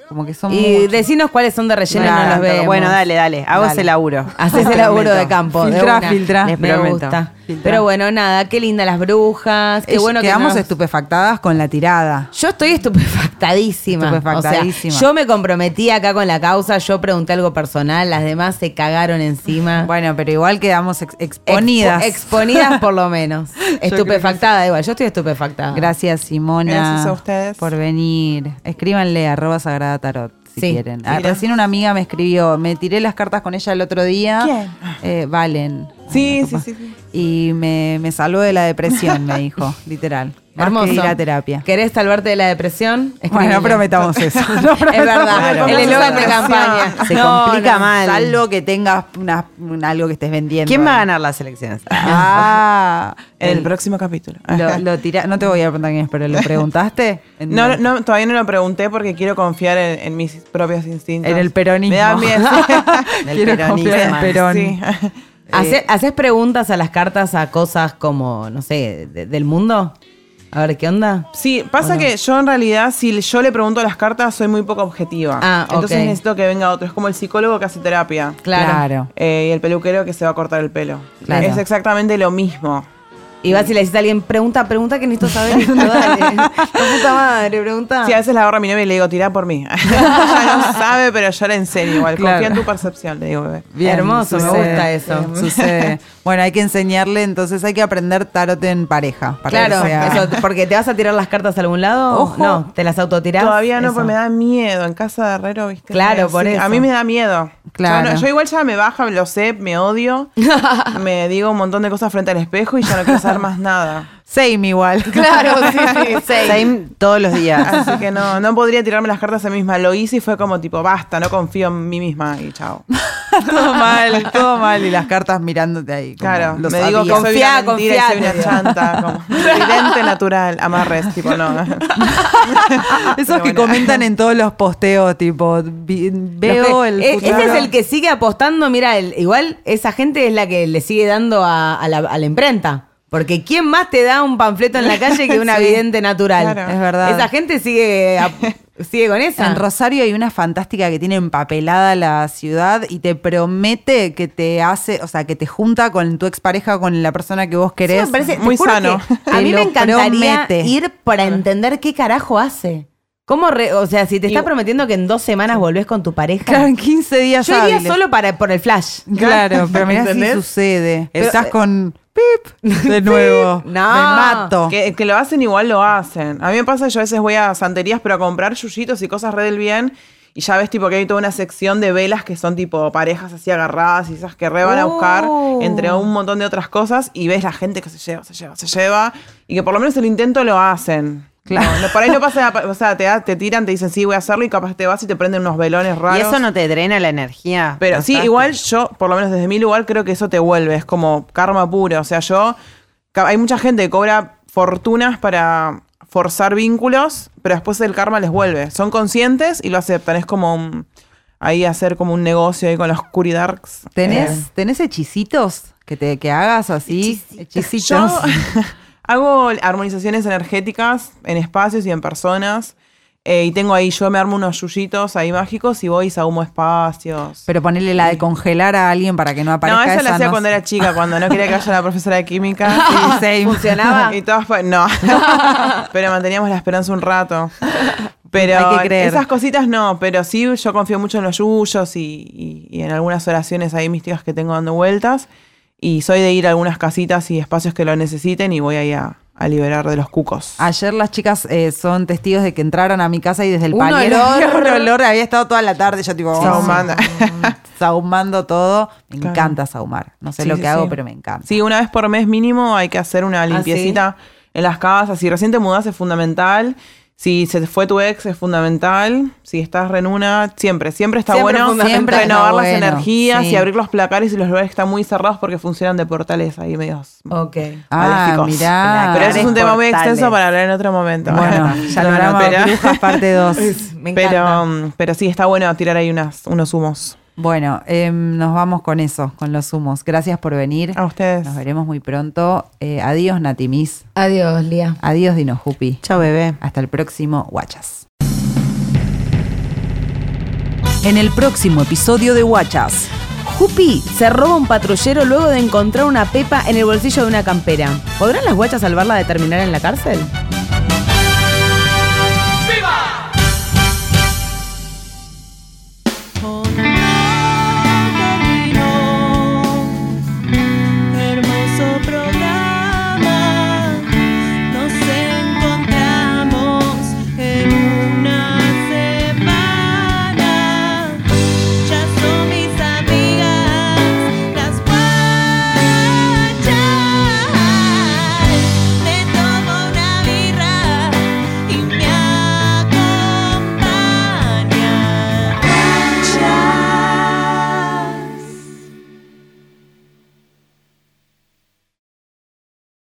A: Como que son
C: Y
A: muchos.
C: decinos cuáles son de relleno y no los
B: Claro,
C: vemos.
B: Bueno, dale, dale, hago
A: Dale.
B: ese laburo.
C: Haces el
B: Prometo.
C: laburo de campo. de
A: Filtrá,
C: una.
A: filtrá.
B: Les
C: Me
B: prometo.
C: gusta.
A: Filtrá.
C: Pero bueno, nada, qué linda las brujas. Qué
A: Ell-
C: bueno
A: Quedamos
C: que no-
A: estupefactadas con la tirada.
C: Yo estoy estupefactadísima.
A: Estupefactadísima.
C: O sea, yo me comprometí acá con la causa, yo pregunté algo personal, las demás se cagaron encima.
A: Bueno, pero igual quedamos ex- exponidas.
C: Expo- exponidas por lo menos. Estupefactada, igual. Yo estoy estupefactada.
A: Gracias, Simona.
D: Gracias a ustedes.
A: Por venir. Escríbanle arroba Sagrada Tarot si
C: Sí.
A: quieren. Ah, recién una amiga me escribió, me tiré las cartas con ella el otro día.
D: ¿Quién?
A: Eh, Valen.
D: Sí,
A: papá.
D: sí, sí, sí.
A: Y me, me salvó de la depresión, me dijo, literal. Más
C: Hermoso.
A: que ir a terapia.
C: ¿Querés salvarte de la depresión?
A: Bueno, no
C: Escribile.
A: prometamos eso. No
C: Es
A: prometamos.
C: verdad,
D: Claro.
C: el eslogan de
D: Depresión.
C: campaña.
B: Se
C: No,
B: complica
C: no.
B: mal.
A: Salvo que tengas una- un- algo que estés vendiendo.
B: ¿Quién va a ganar las elecciones?
A: Ah,
D: En el
A: el-
D: próximo capítulo.
A: lo, lo tira- no te voy a preguntar quién es, pero ¿lo preguntaste? En-
D: No, no, todavía no lo pregunté porque quiero confiar en, en mis propios instintos.
A: En el peronismo.
D: Me da miedo. sí.
B: Del
A: Quiero
B: peronismo.
A: confiar en Perón.
D: Sí.
A: Eh.
C: ¿Hace- ¿Haces preguntas a las cartas a cosas como, no sé, de- del mundo? A ver, ¿qué onda?
D: Sí, pasa que yo en realidad, si yo le pregunto las cartas, soy muy poco objetiva.
C: Ah, ok.
D: Entonces necesito que venga otro. Es como el psicólogo que hace terapia.
C: Claro.
A: Claro.
D: Eh, y el peluquero que se va a cortar el pelo.
A: Claro.
D: Es exactamente lo mismo.
C: Y vas y le dices a alguien, pregunta, pregunta que necesito saber esto, dale. La puta madre, pregunta.
D: Sí, a veces la agarro a mi novia y le digo, tirá por mí. Ella no sabe, pero yo le enseño igual.
A: Claro.
D: Confía en tu percepción, le digo, bebé.
A: Bien,
C: Hermoso, me
A: sucede,
C: gusta eso.
A: Sucede. Bueno, hay que enseñarle, entonces hay que aprender tarot en pareja. para que
C: Claro,
A: sea-
C: eso, porque te vas a tirar las cartas a algún lado.
A: Ojo.
C: No, te las autotirás.
D: Todavía no,
C: Eso.
D: porque me da miedo. En casa de Herrero, ¿viste?
C: Claro,
D: Sí,
C: por eso.
D: A mí me da miedo.
A: Claro.
D: Ya no- yo igual ya me baja, lo sé, me odio. me digo un montón de cosas frente al espejo y ya no quiero hacer más nada.
A: Same igual.
C: Claro, sí, sí, same.
B: Same todos los días.
D: Así que no, no podría tirarme las cartas a mí misma. Lo hice y fue como tipo, basta, no confío en mí misma y chao.
A: todo mal, todo mal. Y las cartas mirándote ahí. como,
D: Claro,
A: lo
D: me
A: sabía.
D: digo que soy
C: Confía,
D: una mentira y soy
C: confía,
D: una
C: te
D: chanta. Como, vidente natural, amarres, tipo, no.
C: Ah,
A: Esos
D: Pero
A: que
D: bueno.
A: comentan en todos los posteos, tipo, vi- veo el
C: E-
A: futuro.
C: Ese es el que sigue apostando. Mira, el- igual esa gente es la que le sigue dando a, a la, a la imprenta. Porque ¿quién más te da un panfleto en la calle que una vidente natural?
D: claro.
A: Es verdad.
C: Esa gente sigue, a- sigue con esa.
A: En Rosario hay una fantástica que tiene empapelada la ciudad y te promete que te hace, o sea, que te junta con tu expareja, con la persona que vos
C: Eso me
A: querés.
C: parece- te
D: muy
C: juro
D: sano.
C: que A
A: Te
C: mí me
A: lo
C: encantaría
A: promete.
C: ir para entender qué carajo hace. ¿Cómo re- o sea, si te está prometiendo que en dos semanas volvés con tu pareja.
A: Claro, en 15 días
C: yo
A: ya
C: iría
A: hábiles.
C: solo para, por el flash.
A: Claro, pero mirá si
D: ¿Entendés?
A: sucede.
C: Pero,
A: Estás
C: eh,
A: con Pip de nuevo.
C: No.
A: Me mato.
D: Que, que lo hacen igual lo hacen. A mí me pasa, yo a veces voy a santerías, pero a comprar yuyitos y cosas re del bien. Y ya ves tipo que hay toda una sección de velas que son tipo parejas así agarradas y esas que re van a buscar
B: Uh.
C: Oh.
D: entre un montón de otras cosas y ves la gente que se lleva, se lleva, se lleva y que por lo menos el intento lo hacen. Claro. por ahí no pasa, o sea, te, da- te tiran, te dicen sí, voy a hacerlo y capaz te vas y te prenden unos velones raros.
B: ¿Y eso no te drena la energía?
D: Pero sí,
B: Bastante.
D: igual yo, por lo menos desde mi lugar, creo que eso te vuelve, es como karma puro. O sea, yo, ca- hay mucha gente que cobra fortunas para forzar vínculos, pero después el karma les vuelve. Son conscientes y lo aceptan. Es como un- ahí hacer como un negocio ahí con Eh, los curidarks.
A: ¿Tenés, ¿Tenés hechicitos que te que hagas así?
D: Yo
A: Hechicitos.
D: hago armonizaciones energéticas en espacios y en personas. eh, y tengo ahí, yo me armo unos yuyitos ahí mágicos y voy y sahumo espacios.
A: Pero ponerle la de congelar a alguien para que no aparezca.
D: no, eso lo hacía
A: no
D: cuando
A: sé.
D: era chica, cuando no quería que haya la profesora de química.
A: Sí, same.
C: ¿Funcionaba?
D: Y todas fue, no. pero manteníamos la esperanza un rato. Pero
A: Hay que creer.
D: esas cositas no, pero sí yo confío mucho en los yuyos y, y- y en algunas oraciones ahí místicas que tengo dando vueltas. Y soy de ir a algunas casitas y espacios que lo necesiten y voy ahí a, a liberar de los cucos.
A: Ayer las chicas eh, son testigos de que entraron a mi casa y desde el
C: Un
A: pañero
C: olor.
A: un olor, había estado toda la tarde yo tipo
D: Sahumando.
A: sahumando todo. Me
D: Claro.
A: encanta sahumar. No sé
D: Sí,
A: lo
D: sí,
A: que hago,
D: sí.
A: pero me encanta.
D: Sí, una vez por mes mínimo hay que hacer
C: Ah,
D: una limpiecita en las casas. Si recién te mudas es fundamental. Si se te fue tu ex es fundamental. Si estás re en una, siempre, siempre está
C: Siempre
D: bueno
C: fundamental.
A: Siempre está
D: renovar las
A: bueno,
D: energías
A: sí.
D: y abrir los placares y los lugares que están muy cerrados porque funcionan de portales ahí medios.
C: Ok.
A: Ah,
D: maléficos.
A: mirá.
D: Pero ese es un tema muy
B: portales.
D: extenso para hablar en otro momento.
A: Ah, Bueno, ya lo haremos
D: pero,
A: brujas parte 2.
C: Me encanta.
D: pero, um, pero sí, está bueno tirar ahí unas, unos humos.
A: Bueno, em, nos vamos con eso, con los humos. Gracias por venir.
D: A ustedes.
A: Nos veremos muy pronto. Eh, adiós, Natimis.
C: Adiós, Lía.
A: Adiós, Dinojupi.
B: Chao, bebé.
A: Hasta el próximo Guachas. En el próximo episodio de Guachas.
C: Jupi se roba un patrullero luego de encontrar una pepa en el bolsillo de una campera. ¿Podrán las guachas salvarla de terminar en la cárcel?